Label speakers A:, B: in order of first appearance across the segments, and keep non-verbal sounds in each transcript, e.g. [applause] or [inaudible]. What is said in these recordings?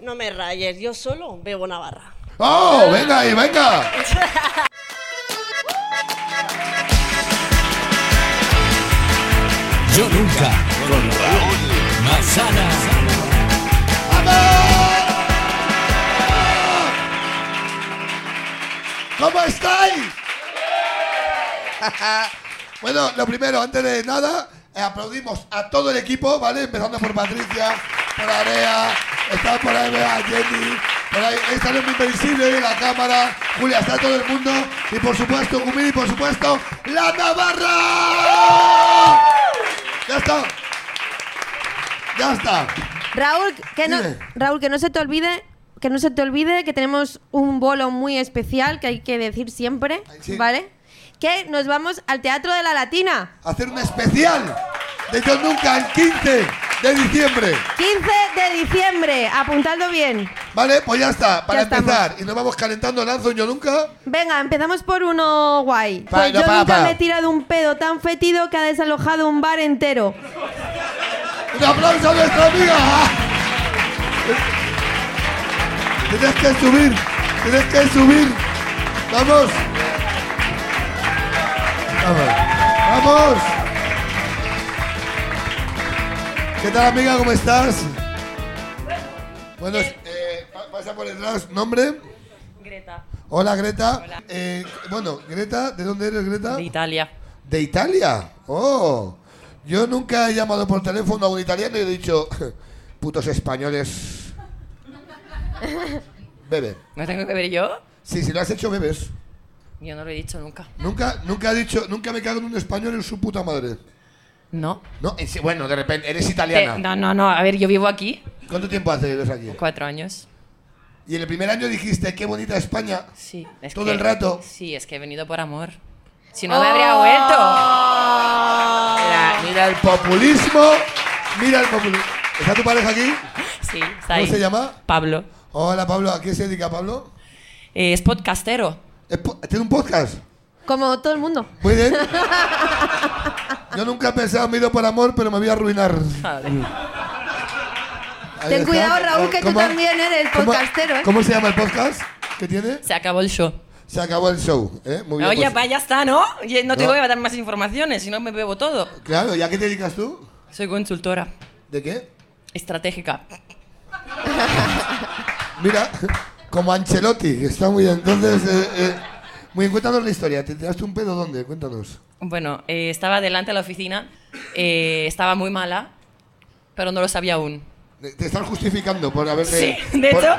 A: No me rayes, yo solo bebo una barra.
B: ¡Oh! ¡Venga ahí, venga!
C: Yo nunca con Raúl Manzana.
B: ¿Cómo estáis? bueno, lo primero, antes de nada, eh, aplaudimos a todo el equipo, ¿vale? Empezando por Patricia, por Area, está por ahí vea, Jenny, por ahí está el hombre invisible, la cámara, Julia, está todo el mundo, y por supuesto, Gumini, por supuesto, la Navarra. Ya está. Ya está.
D: Raúl, que no,
B: Dime.
D: Raúl, que no se te olvide, que no se te olvide que tenemos un bolo muy especial que hay que decir siempre,
B: Ay, sí.
D: ¿vale? Que nos vamos al Teatro de la Latina,
B: Hacer un especial de Yo Nunca el 15 de diciembre.
D: 15 de diciembre, apuntando bien.
B: Vale, pues ya está, para
D: Ya
B: empezar. Y nos vamos calentando, lanzo un yo nunca.
D: Venga, empezamos por uno guay.
B: Pa,
D: Pues
B: no,
D: yo
B: pa,
D: nunca
B: pa.
D: me he tirado un pedo tan fetido que ha desalojado un bar entero.
B: ¡Un aplauso a nuestra amiga! Tienes que subir, tienes que subir. Vamos. Vamos. Vamos. ¿Qué tal amiga? ¿Cómo estás? Bueno, eh, pa- pasa por detrás, nombre.
A: Greta.
B: Hola Greta. Eh, bueno, Greta, ¿de dónde eres Greta?
E: De Italia.
B: ¿De Italia? ¡Oh! Yo nunca he llamado por teléfono a un italiano y he dicho, [laughs] putos españoles. Bebe.
E: ¿No tengo que ver yo?
B: Sí, si lo has hecho, bebes.
E: [laughs] Yo no lo he dicho nunca.
B: Nunca, nunca he dicho, nunca me cago en un español en su puta madre.
E: No.
B: No, en sí- bueno, de repente, eres
E: Te-
B: italiana.
E: Eh, no, no, no. A ver, yo vivo aquí.
B: ¿Cuánto tiempo hace que vives aquí?
E: Cuatro años.
B: Y en el primer año dijiste, qué bonita España.
E: Sí. es
B: Todo
E: que-
B: el rato.
E: Sí, es que he venido por amor. Si no, me habría vuelto.
B: Mira, Ah. mira el populismo. Mira el populismo. ¿Está tu pareja aquí?
E: [laughs] Sí, está
B: ¿Cómo
E: ahí.
B: se llama?
E: Pablo.
B: Hola Pablo, ¿a qué se dedica Pablo?
E: Eh, es podcastero.
B: Es po- ¿Tiene un podcast?
D: Como todo el mundo.
B: Muy
E: [laughs]
B: bien. Yo nunca he pensado me he ido por amor, pero me voy a arruinar. Mm.
E: Joder.
B: Ahí
D: Ten
B: está.
D: cuidado, Raúl, que tú
B: ¿Cómo?
D: también eres
B: ¿Cómo-
D: podcastero, ¿eh?
B: ¿Cómo se llama el podcast que tiene?
E: Se acabó el show.
B: Se acabó el show, ¿eh? Muy bien.
E: Oye,
B: pues-
E: pa, ya está, ¿no? Ya No
B: No.
E: tengo que dar más informaciones, si no me bebo todo.
B: Claro, ¿y a qué te dedicas tú?
E: Soy consultora
B: ¿De qué?
E: estratégica.
B: Mira, como Ancelotti, que está muy bien. Entonces, eh, eh, muy bien, cuéntanos la historia. ¿Te tiraste un pedo dónde? Cuéntanos.
E: Bueno, eh, estaba delante de la oficina, eh, estaba muy mala, pero no lo sabía aún.
B: Te te estás justificando por haberte...
E: Sí, de
B: por-
E: hecho,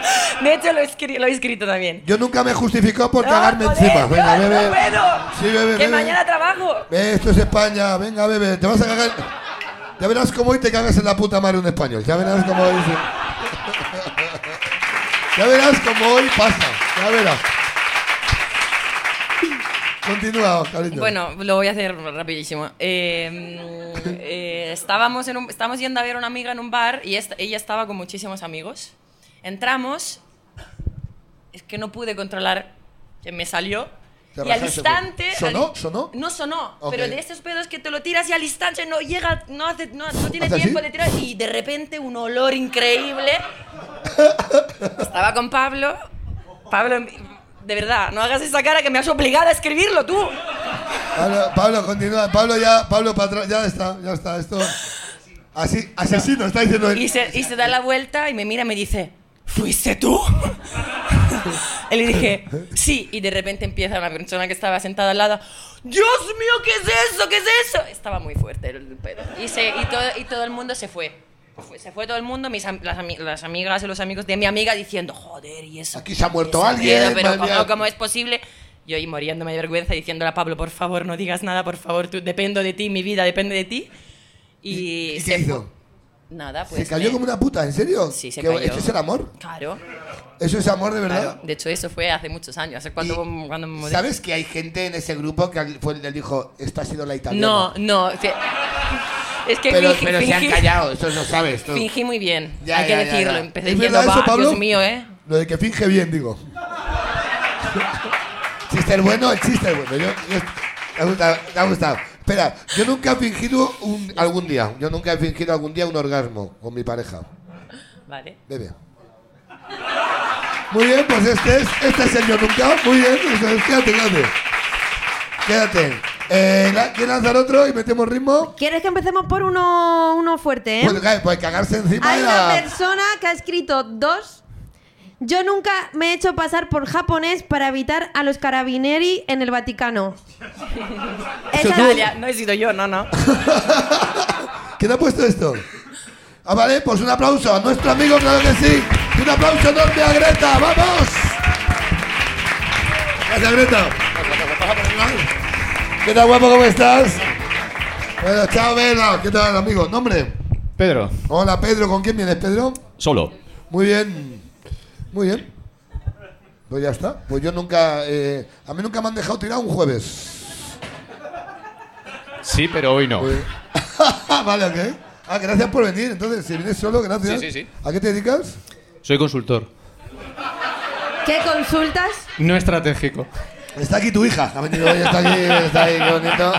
E: de hecho lo, he escri- lo he escrito también.
B: Yo nunca me justificó por
E: No,
B: cagarme
E: joder,
B: encima.
E: no,
B: Venga,
E: no
B: bebe.
E: puedo.
B: Sí, bebe,
E: que
B: bebe. [laughs]
E: mañana trabajo.
B: Ve, Esto es España, venga, bebe, te vas a cagar. Ya verás cómo hoy te cagas en la puta madre un español. Ya verás cómo hoy. se- Ya verás cómo hoy pasa. Ya verás. Continúa, cariño.
E: Bueno, lo voy a hacer rapidísimo. Eh, mm, eh, estábamos, en un- estábamos yendo a ver a una amiga en un bar y esta- ella estaba con muchísimos amigos. Entramos, es que no pude controlar, que me salió.
B: Te
E: y al
B: rajaste, fue.
E: instante... al-
B: ¿Sonó? ¿Sonó?
E: No sonó,
B: Ok.
E: pero de estos pedos que te lo tiras y al instante no llega, no, hace, no, no tiene
B: ¿Hace así?
E: tiempo de tirar y de repente un olor increíble. Estaba con Pablo. Pablo, de verdad, no hagas esa cara que me has obligado a escribirlo tú.
B: Pablo, Pablo, continúa. Pablo ya, Pablo para atrás. Ya está, ya está. Esto. Así, asesino, está diciendo él.
E: Y se, y se da la vuelta y me mira y me dice, ¿fuiste tú? [laughs] y le dije, sí. Y de repente empieza una persona que estaba sentada al lado, Dios mío, ¿qué es eso? ¿Qué es eso? Estaba muy fuerte el pedo. Y, se- y, todo, y todo el mundo se fue. Fue- Se fue todo el mundo, mis am- las, ami- las amigas y los amigos de mi amiga diciendo, joder, y eso.
B: Aquí se ha muerto
E: Ese
B: alguien,
E: pedo, pero
B: madre mía.
E: ¿cómo, cómo es posible? Yo ahí muriéndome de vergüenza diciéndole a Pablo, por favor, no digas nada, por favor, tú, dependo de ti, mi vida depende de ti. Y,
B: ¿Y
E: se
B: qué
E: fu-
B: hizo?
E: Nada, pues.
B: Se cayó
E: me-
B: como una puta, ¿en serio?
E: Sí, se
B: ¿Qué-
E: cayó.
B: ¿Esto es el amor?
E: Claro,
B: ¿Eso es amor de verdad?
E: claro. De hecho, eso fue hace muchos años. hace cuando,
B: Y-
E: cuando me mudé.
B: ¿Sabes que hay gente en ese grupo que al- fue, le dijo, esto ha sido la italiana?
E: No, no. que- Es que
B: pero,
E: fingí,
B: pero se han
E: fingí-
B: callado, eso lo sabes tú.
E: fingí muy bien.
B: Ya,
E: hay
B: ya,
E: que
B: ya,
E: decirlo.
B: ya.
E: Empecé
B: ¿Es
E: diciendo,
B: verdad
E: "Va,
B: eso, Pablo?
E: Dios mío, ¿eh?
B: Lo de que finge bien, digo. chiste es bueno, el chiste es bueno. Yo, yo- te, ha gustado, te ha gustado. Espera, yo nunca he fingido un, algún día, yo nunca he fingido algún día un orgasmo con mi pareja.
E: Vale.
B: Bebe. Muy bien, pues este es, este es el Yo Nunca. Muy bien, eso es. quédate, quédate. Quédate. Eh, la- ¿Quién lanzar otro y metemos ritmo?
D: ¿Quieres que empecemos por uno, uno fuerte, eh?
B: Pues, ca- pues cagarse encima
D: Hay
B: de
D: una
B: la...
D: persona que ha escrito dos. Yo nunca me he hecho pasar por japonés para evitar a los carabineri en el Vaticano. Esa es-
E: Dalia, no he sido yo, no,
B: [laughs]
E: no.
B: ¿Quién ha puesto esto? Ah, vale, pues un aplauso a nuestro amigo, claro que sí. Un aplauso enorme a Greta, ¡vamos! Gracias, Greta. ¿Qué tal, guapo? ¿Cómo estás? Bueno, chao, Vela. ¿Qué tal, amigo? ¿Nombre?
F: Pedro,
B: Hola, Pedro. ¿Con quién vienes, Pedro?
F: solo.
B: Muy bien. Muy bien. Pues ya está. Pues yo nunca... eh, a mí nunca me han dejado tirar un jueves. [laughs]
F: Sí, pero hoy no.
B: Pues- vale, ok. Ah, gracias por venir. Entonces, si vienes solo, gracias.
F: Sí, sí, sí.
B: ¿A qué te dedicas?
F: Soy consultor.
D: ¿Qué consultas?
F: No estratégico.
B: Está aquí tu hija. Ha venido hoy, está aquí, está ahí, qué bonito.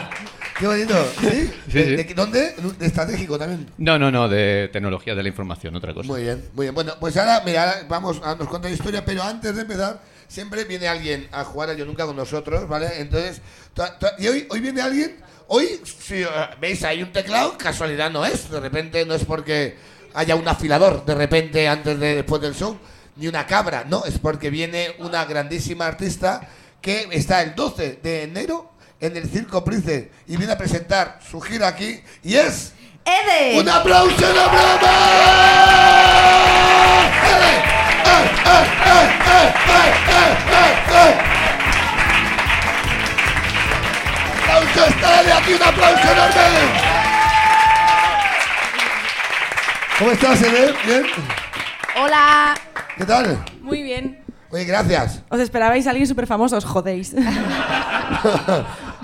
B: Qué bonito. ¿Sí?
F: Sí,
B: ¿De-
F: sí.
B: de- ¿Dónde? De estratégico también.
F: No, no, no, de tecnología de la información, otra cosa.
B: Muy bien, muy bien. Bueno, pues ahora, mira, ahora vamos a nos contar historia, pero antes de empezar, siempre viene alguien a jugar a Yo Nunca con nosotros, ¿vale? Entonces, ta- ta- y hoy, hoy viene alguien, hoy, si eh, veis ahí un teclado, casualidad no es, de repente no es porque haya un afilador, de repente, antes de, después del show, ni una cabra, no, es porque viene una grandísima artista que está el 12 de enero en el Circo Price y viene a presentar su gira aquí y es...
D: Ede.
B: ¡Un aplauso, en la broma! ¡Eh, eh, eh, eh, eh, eh, eh, eh, eh! ¡Aplauso, está de aquí! ¡Un aplauso enorme! ¿Cómo estás, Ede? ¿Bien?
G: Hola.
B: ¿Qué tal?
G: Muy bien.
B: Oye, gracias.
G: Os esperabais a alguien súper famoso, os
D: [laughs]
G: jodéis.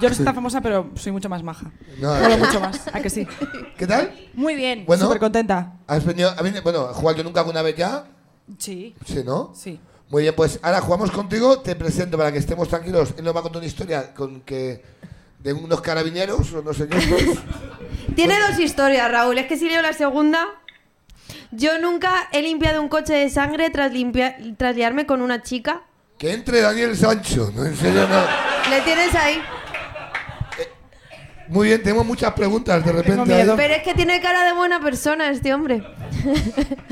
G: Yo no soy tan famosa, pero soy mucho más maja.
B: No,
G: Mola
B: eh,
G: mucho más, ¿a que
D: [laughs]
G: sí?
B: ¿Qué tal?
G: Muy bien.
B: Bueno.
G: Súper contenta.
B: ¿Has venido? ¿has venido- Bueno, ¿jugar yo nunca alguna vez ya?
G: Sí.
B: Sí, ¿no?
G: Sí.
B: Muy bien, pues ahora jugamos contigo. Te presento para que estemos tranquilos. Él nos va a contar una historia con que de unos carabineros o no sé qué.
G: [laughs]
D: Tiene dos historias, Raúl. Es que si leo la segunda. Yo nunca he limpiado un coche de sangre tras, limpia- tras liarme con una chica.
B: que entre Daniel Sancho. No, en serio, no.
D: Le tienes ahí.
B: Muy bien, tenemos muchas preguntas de repente.
G: miedo.
D: Pero es que tiene cara de buena persona este hombre.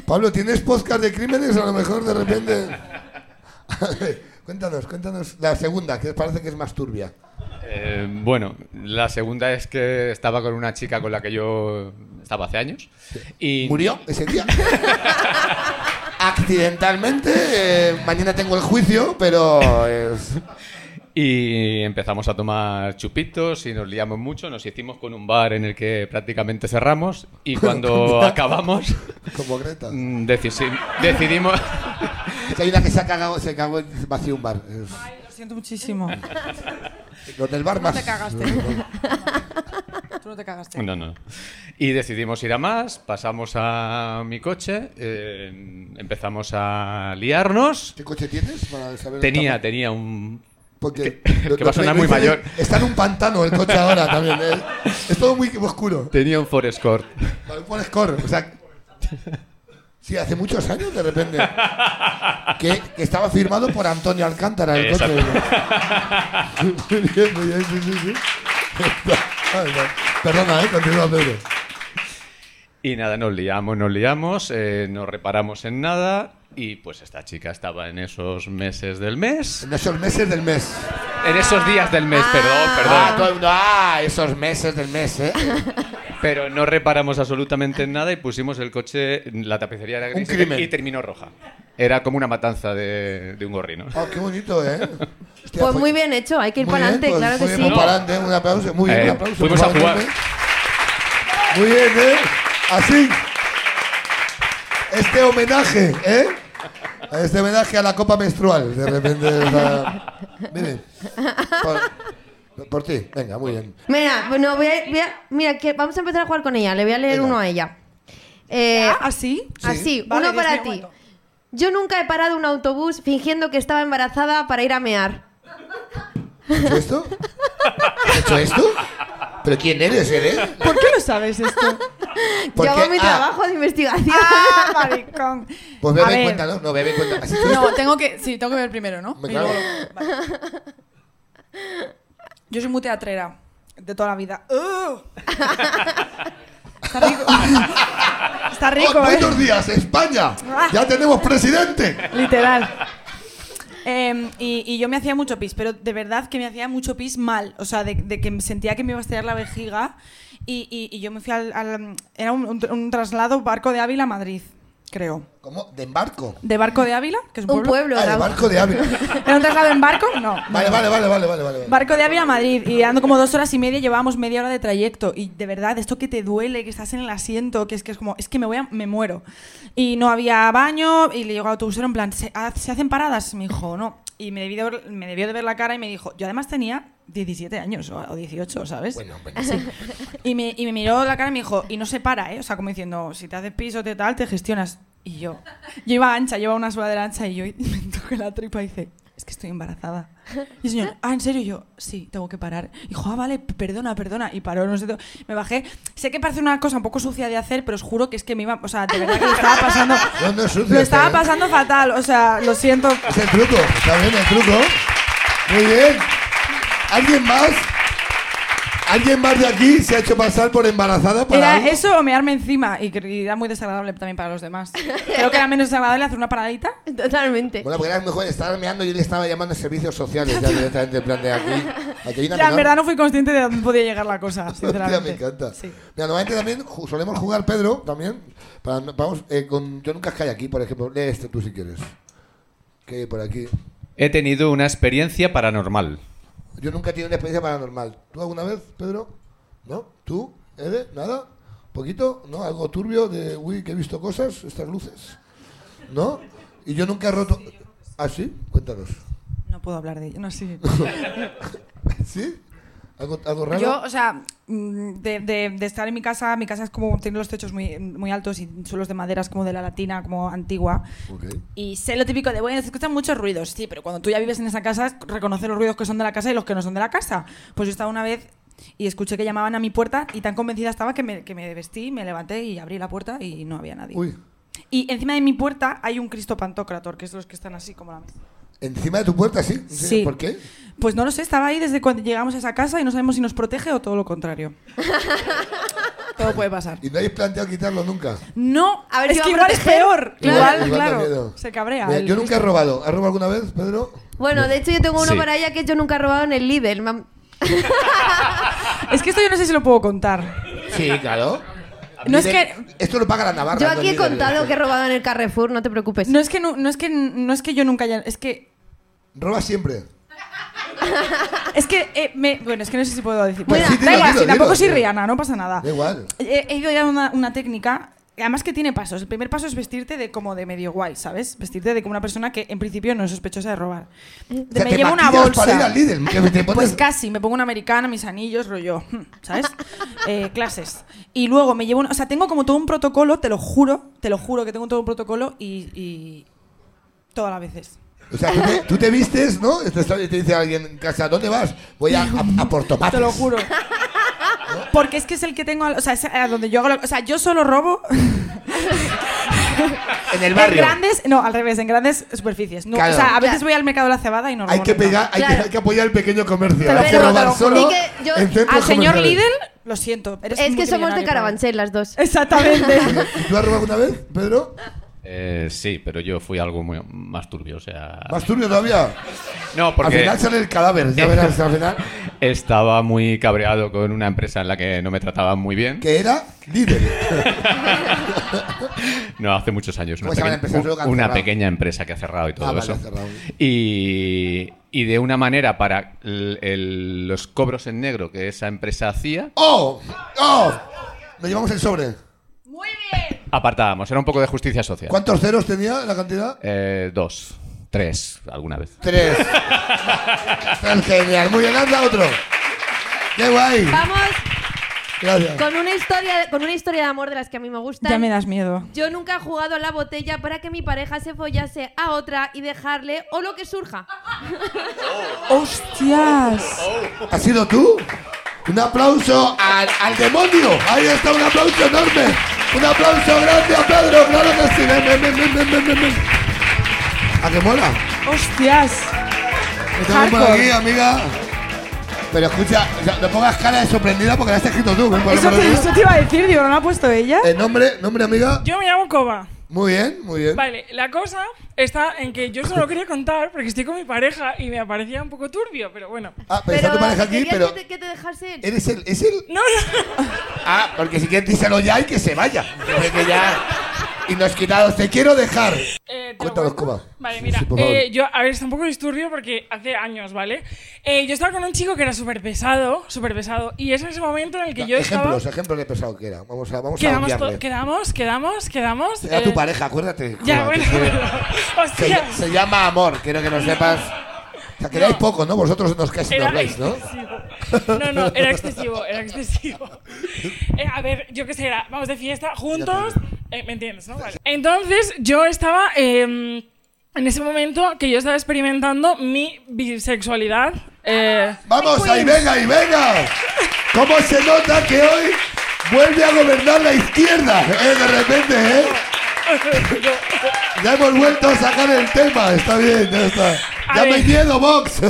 B: Pablo, ¿tienes podcast de crímenes? A lo mejor
G: [laughs]
B: de repente. cuéntanos, cuéntanos la segunda, que parece que es más turbia.
F: Eh, bueno, la segunda es que estaba con una chica con la que yo estaba hace años. Y
B: Murió ese día. [laughs] Accidentalmente, eh, mañana tengo el juicio, pero eh, es-
F: Y empezamos a tomar chupitos y nos liamos mucho. Nos hicimos con un bar en el que prácticamente cerramos. Y
B: [laughs]
F: cuando acabamos,
B: como Greta.
F: mm, decisi- decidimos.
B: [laughs] Es que hay una que se ha cagado, se cagó en vacío un bar. Es-
G: Lo siento
B: [laughs]
G: muchísimo.
B: Los del bar
G: No
B: más.
G: te cagaste. Tú no te cagaste.
F: No, no. Y decidimos ir a más. Pasamos a mi coche. eh, empezamos a liarnos.
B: ¿Qué coche tienes para saber? el
F: Tenía,
B: tamaño?
F: tenía un.
B: Porque
F: que-
B: lo-
F: que va a
B: lo-
F: sonar
B: lo
F: muy
B: hice-
F: mayor.
B: Está en un pantano el coche ahora también. ¿eh? Es todo muy oscuro.
F: Tenía un Ford Escort.
B: Vale, un Ford Score. O sea, sí, hace muchos años de repente. Que, que estaba firmado por Antonio Alcántara el coche. Muy bien, muy bien, sí, sí, sí. Vale, vale. [laughs] Perdona, ¿eh? Continúa, Pedro.
F: Y nada, nos liamos, nos liamos, eh, no reparamos en nada. Y pues esta chica estaba en esos meses del mes.
B: En esos meses del mes.
F: En esos días del mes,
B: Ah,
F: perdón,
B: todo
F: perdón.
B: el mundo, ah, esos meses del mes, ¿eh?
F: Pero no reparamos absolutamente en nada y pusimos el coche, la tapicería era gris
B: Un
F: y-
B: crimen.
F: y terminó roja. Era como una matanza de, de un gorrino.
B: Oh, qué bonito, ¿eh? Hostia,
D: Pues
B: fue-
D: muy bien hecho, hay que ir
B: Muy
D: para
B: bien,
D: adelante,
B: pues,
D: claro que
B: muy
D: sí.
B: bien, pues para adelante, un aplauso, muy bien,
F: Eh,
B: un aplauso.
F: fuimos
B: por
F: a
B: favor,
F: jugar.
B: ¿eh? Muy bien, ¿eh? Así. Este homenaje, ¿eh? A Este homenaje a la copa menstrual, de repente. o sea, Miren. pues, Por, por ti, venga, muy bien.
G: Ah,
D: Mira, bueno, voy a- voy a- mira, que vamos a empezar a jugar con ella, le voy a leer
B: Venga.
D: uno a ella. Eh,
G: Ah, ¿Así?
D: Así,
G: Vale,
D: uno
G: Dios
D: para
G: mío,
D: ti.
G: aguanto.
D: Yo nunca he parado un autobús fingiendo que estaba embarazada para ir a mear.
B: ¿Has hecho esto? ¿Has hecho esto? ¿Pero quién eres, eh?
G: ¿Por qué lo sabes esto?
B: ¿Por
D: [laughs] Yo
B: qué?
D: hago mi
B: Ah.
D: trabajo de investigación.
G: ¡Ah, maricón!
B: Pues
G: A
B: bebe
G: ver.
B: cuéntanos. No, bebe cuéntanos. [laughs] Así tú-
G: No, tengo que. Sí, tengo que ver primero, ¿no?
B: Me
G: Y
B: cago.
G: luego- vale. Yo soy muy teatrera. De toda la
D: [laughs]
G: vida. ¡Ugh! Está rico. Está rico,
B: Oh,
G: ¿eh?
B: buenos días, España. Ya tenemos presidente.
G: Literal. Em, y, y yo me hacía mucho pis, pero de verdad que me hacía mucho pis mal. O sea, de, de que sentía que me iba a estallar la vejiga. Y, y- y yo me fui al. al- era un, un- un traslado barco de Ávila a Madrid, creo.
B: ¿Cómo? ¿De embarco?
G: ¿De barco de Ávila? Que es un
D: Un
G: pueblo.
D: pueblo.
B: Ah, de
D: Raúl.
B: barco de ave.
G: ¿Era un traslado en barco? No.
B: Vale, vale, vale, vale, vale, vale.
G: Barco de Ávila a Madrid y dando como dos horas y media llevábamos media hora de trayecto y de verdad esto que te duele que estás en el asiento que es que es como es que me voy a, me muero y no había baño y le llegó al autobusero en plan se, ha- se hacen paradas me dijo no y me debió, de ver- me debió de ver la cara y me dijo yo además tenía 17 años o o 18 ¿sabes?
B: Bueno, bueno, sí.
G: Y me, y me miró la cara y me dijo, y no se para, ¿eh? O sea, como diciendo, si te haces piso, te tal, te gestionas. Y yo, yo iba ancha, llevaba una sudadera ancha y yo [laughs] y me toqué la tripa y dice, es que estoy embarazada. Y el señor, ah, ¿en serio? Y yo, sí, tengo que parar. Y dijo, ah, vale, p- perdona, perdona. Y paró, no sé, todo. me bajé. Sé que parece una cosa un poco sucia de hacer, pero os juro que es que me iba, o sea, de verdad que lo estaba pasando,
B: No, no es sucio, ¿eh?
G: lo estaba
B: está bien.
G: pasando fatal, o sea, lo siento.
B: Es el truco, está bien el truco. Muy bien. ¿Alguien más? ¿Alguien más de aquí se ha hecho pasar por embarazada para
G: Era
B: algo?
G: eso o mearme encima y, que- y era muy desagradable también para los demás. Creo que era menos desagradable hacer una paradita
D: Totalmente.
B: Bueno, porque era mejor estaba mirando y yo le estaba llamando a servicios sociales ya directamente en plan de aquí. Aquí hay una
G: Ya, en
B: menor.
G: verdad no fui consciente de dónde podía llegar la
B: [laughs]
G: cosa,
B: Hostia,
G: sinceramente.
B: me encanta.
G: Sí.
B: Mira, normalmente también ju- solemos jugar Pedro también. Para, vamos, eh, con Yo nunca caí aquí, por ejemplo. Lee este tú si quieres. Que hay por aquí.
F: He tenido una experiencia paranormal.
B: Yo nunca he tenido una experiencia paranormal. ¿Tú alguna vez, Pedro? ¿No? ¿Tú? ¿Ede? ¿Nada? ¿Poquito? ¿No? ¿Algo turbio de, uy, que he visto cosas, estas luces? ¿No? Y yo nunca he roto... ¿Ah, sí? Cuéntanos.
G: No puedo hablar de ello, no sé.
B: [laughs] ¿Sí? ¿Algo, algo raro?
G: Yo, o sea, mm, de, de- de estar en mi casa, mi casa es como, tiene los techos muy, muy altos y suelos de maderas como de la latina, como antigua.
B: Ok.
G: Y sé lo típico de, bueno, se escuchan muchos ruidos, sí, pero cuando tú ya vives en esa casa, reconoces los ruidos que son de la casa y los que no son de la casa. Pues yo estaba una vez y escuché que llamaban a mi puerta y tan convencida estaba que me, que me vestí, me levanté y abrí la puerta y no había nadie.
B: Uy.
G: Y encima de mi puerta hay un Cristo Pantocrator, que es los que están así como la mesa.
B: ¿Encima de tu puerta, sí? ¿En serio?
G: Sí.
B: ¿Por qué?
G: Pues no lo sé, estaba ahí desde cuando llegamos a esa casa y no sabemos si nos protege o todo lo contrario. todo puede pasar.
B: ¿Y no habéis planteado quitarlo nunca?
G: No,
D: A ver
G: es
D: si
G: que
D: va a
G: igual es
D: proteger.
G: peor. Igual,
B: da
G: claro,
B: miedo.
G: se cabrea.
B: Mira,
G: el
B: yo nunca he
G: Cristo.
B: robado. ¿Has robado alguna vez, Pedro?
D: Bueno, de hecho yo tengo uno
F: Sí.
D: para ella que yo nunca he robado en el Lidl. me han-
G: [laughs] Es que esto yo no sé si lo puedo contar.
B: Sí, claro.
G: No es
B: Miren, Esto lo paga la Navarra.
D: Yo
B: no
D: aquí he
B: el líder.
D: contado que he robado en el Carrefour, no te preocupes.
G: No es que no, no es que no es que yo nunca haya, es que
D: [laughs]
B: Roba siempre.
G: es que eh, me- bueno, es que no sé si puedo decir.
B: Pues
G: Bueno,
B: sí, dilo,
G: da igual,
B: dilo,
G: si
B: dilo,
G: tampoco soy
B: dilo.
G: Rihanna, no pasa nada.
B: Da igual.
G: He, he ido ya a una, una técnica, además que tiene pasos. El primer paso es vestirte de como de medio guay, ¿sabes? Vestirte de como una persona que en principio no es sospechosa de robar.
B: O sea,
G: me
B: te
G: llevo una
B: maquillas
G: bolsa.
B: Para ir al Lidl, que te pones-
G: Pues casi, me pongo una americana, mis anillos, rollo, [laughs] ¿sabes? Eh, clases. Y luego me llevo una- O sea, tengo como todo un protocolo, te lo juro, te lo juro que tengo todo un protocolo y. y todas las veces.
B: O sea, tú te, tú te vistes, ¿no? Esto está- Te, dice alguien en casa, ¿dónde vas? Voy a, a, a por tomates.
G: Te lo juro. Porque es que es el que tengo. al- O sea, es a donde yo hago. lo- o sea, yo solo robo.
B: En el
G: En
B: barrio.
G: grandes. No, al revés, en grandes superficies. No,
B: Claro.
G: O sea, a veces
D: Claro.
G: voy al mercado de la cebada y no
B: Hay
G: robo
B: que,
G: nada.
B: pegar, hay, que,
D: Claro.
B: hay que apoyar el pequeño comercio.
G: Te lo
B: hay que
G: juro, te
B: robar
G: lo juro.
B: solo.
D: Di que yo-
B: en centros
G: Al señor
B: comerciales.
G: Lidl, lo siento. eres
D: es que somos de
G: multimillonario, Pablo.
D: Carabanchel las
B: [laughs]
D: dos.
G: Exactamente.
B: ¿Y tú has robado alguna vez, Pedro?
F: Eh, sí, pero yo fui algo muy, más turbio, o sea...
B: ¿Más turbio todavía?
F: No,
B: Al
F: porque
B: final sale el cadáver, ya verás al final.
F: [laughs] estaba muy cabreado con una empresa en la que no me trataban muy bien.
B: Que era Lidl.
F: [laughs] No, hace muchos años. Una,
B: ¿Cómo se llama
F: pequeña-
B: la Pues empresa? Creo que han
F: una
B: cerrado.
F: pequeña empresa que ha cerrado y todo
B: Ah, vale,
F: eso.
B: ha cerrado.
F: Y, y de una manera para el- el- los cobros en negro que esa empresa hacía,
B: ¡Oh! ¡Oh! Nos llevamos el sobre.
F: apartábamos. Era un poco de justicia social.
B: ¿Cuántos ceros tenía la cantidad?
F: Eh, dos, tres, alguna vez.
B: [laughs] Tres. Tan genial. Muy bien, anda otro. ¡Qué guay!
D: Vamos
B: Gracias.
D: con una historia, con una historia de amor de las que a mí me gustan.
G: Ya me das miedo.
D: Yo nunca he jugado a la botella para que mi pareja se follase a otra y dejarle o lo que surja.
B: Oh.
G: ¡Hostias!
B: ¿Has sido tú? Un aplauso al, al demonio. Ahí está, un aplauso enorme. Un aplauso grande a Pedro, claro que sí. Ven, ven, ven, ven, ven, ven, ven, ven. ¿A que mola?
G: ¡Hostias!
B: Lo tengo por
G: Hardcore.
B: aquí, amiga. Pero escucha, o sea, no pongas cara de sorprendida porque la has escrito tú. ven, por
G: Eso
B: favor,
G: te,
B: ven.
G: eso te iba a decir, digo, ¿no lo ha puesto ella?
B: Eh, nombre, nombre, amiga.
H: Yo me llamo Coba.
B: Muy bien, muy bien.
H: Vale, la cosa está en que yo solo quería contar porque estoy con mi pareja y me aparecía un poco turbio, pero bueno.
B: Ah, pero, está tu pareja aquí,
D: querías
B: pero.
D: que te, que te dejase ir.
B: ¿Eres el, ¿Es el?
H: No, no.
B: Ah, porque si quieres díselo ya y que se vaya. Porque ya. Y nos quitado, te quiero dejar.
H: Eh, te lo
B: Cuéntanos,
H: cuento.
B: Cuba.
H: Vale,
B: Sí,
H: mira,
B: sí, por favor.
H: eh, yo, a ver, está un poco disturbio porque hace años, ¿vale? Eh, yo estaba con un chico que era súper pesado, súper pesado, y es en ese momento en el que yo estaba...
B: ejemplos, ejemplos de pesado que era. Vamos a, vamos
H: Quedamos,
B: a
H: to-
B: obviarle.
H: quedamos, quedamos, quedamos.
B: Era
H: eh,
B: tu pareja, acuérdate.
H: Ya,
B: Cuba,
H: bueno, [laughs]
B: que- Se,
H: hostia.
B: ll- se llama amor, quiero que nos sepas. O sea, quedáis poco, ¿no? Vosotros nos casi no
H: Era Pues-
B: habláis, ¿no?
H: excesivo. No, no, era excesivo, era excesivo. Eh, a ver, yo qué sé, era, vamos de fiesta juntos. eh, ¿Me entiendes, no? Vale. Entonces, yo estaba eh, en ese momento que yo estaba experimentando mi bisexualidad. eh,
B: Vamos, ahí venga, ahí venga. ¿Cómo se nota que hoy vuelve a gobernar la izquierda? eh, de repente, ¿eh? Ya hemos vuelto a sacar el tema, está bien, ya está.
H: A
B: Ya
H: ver.
B: me miedo,
H: [laughs]
B: Vox.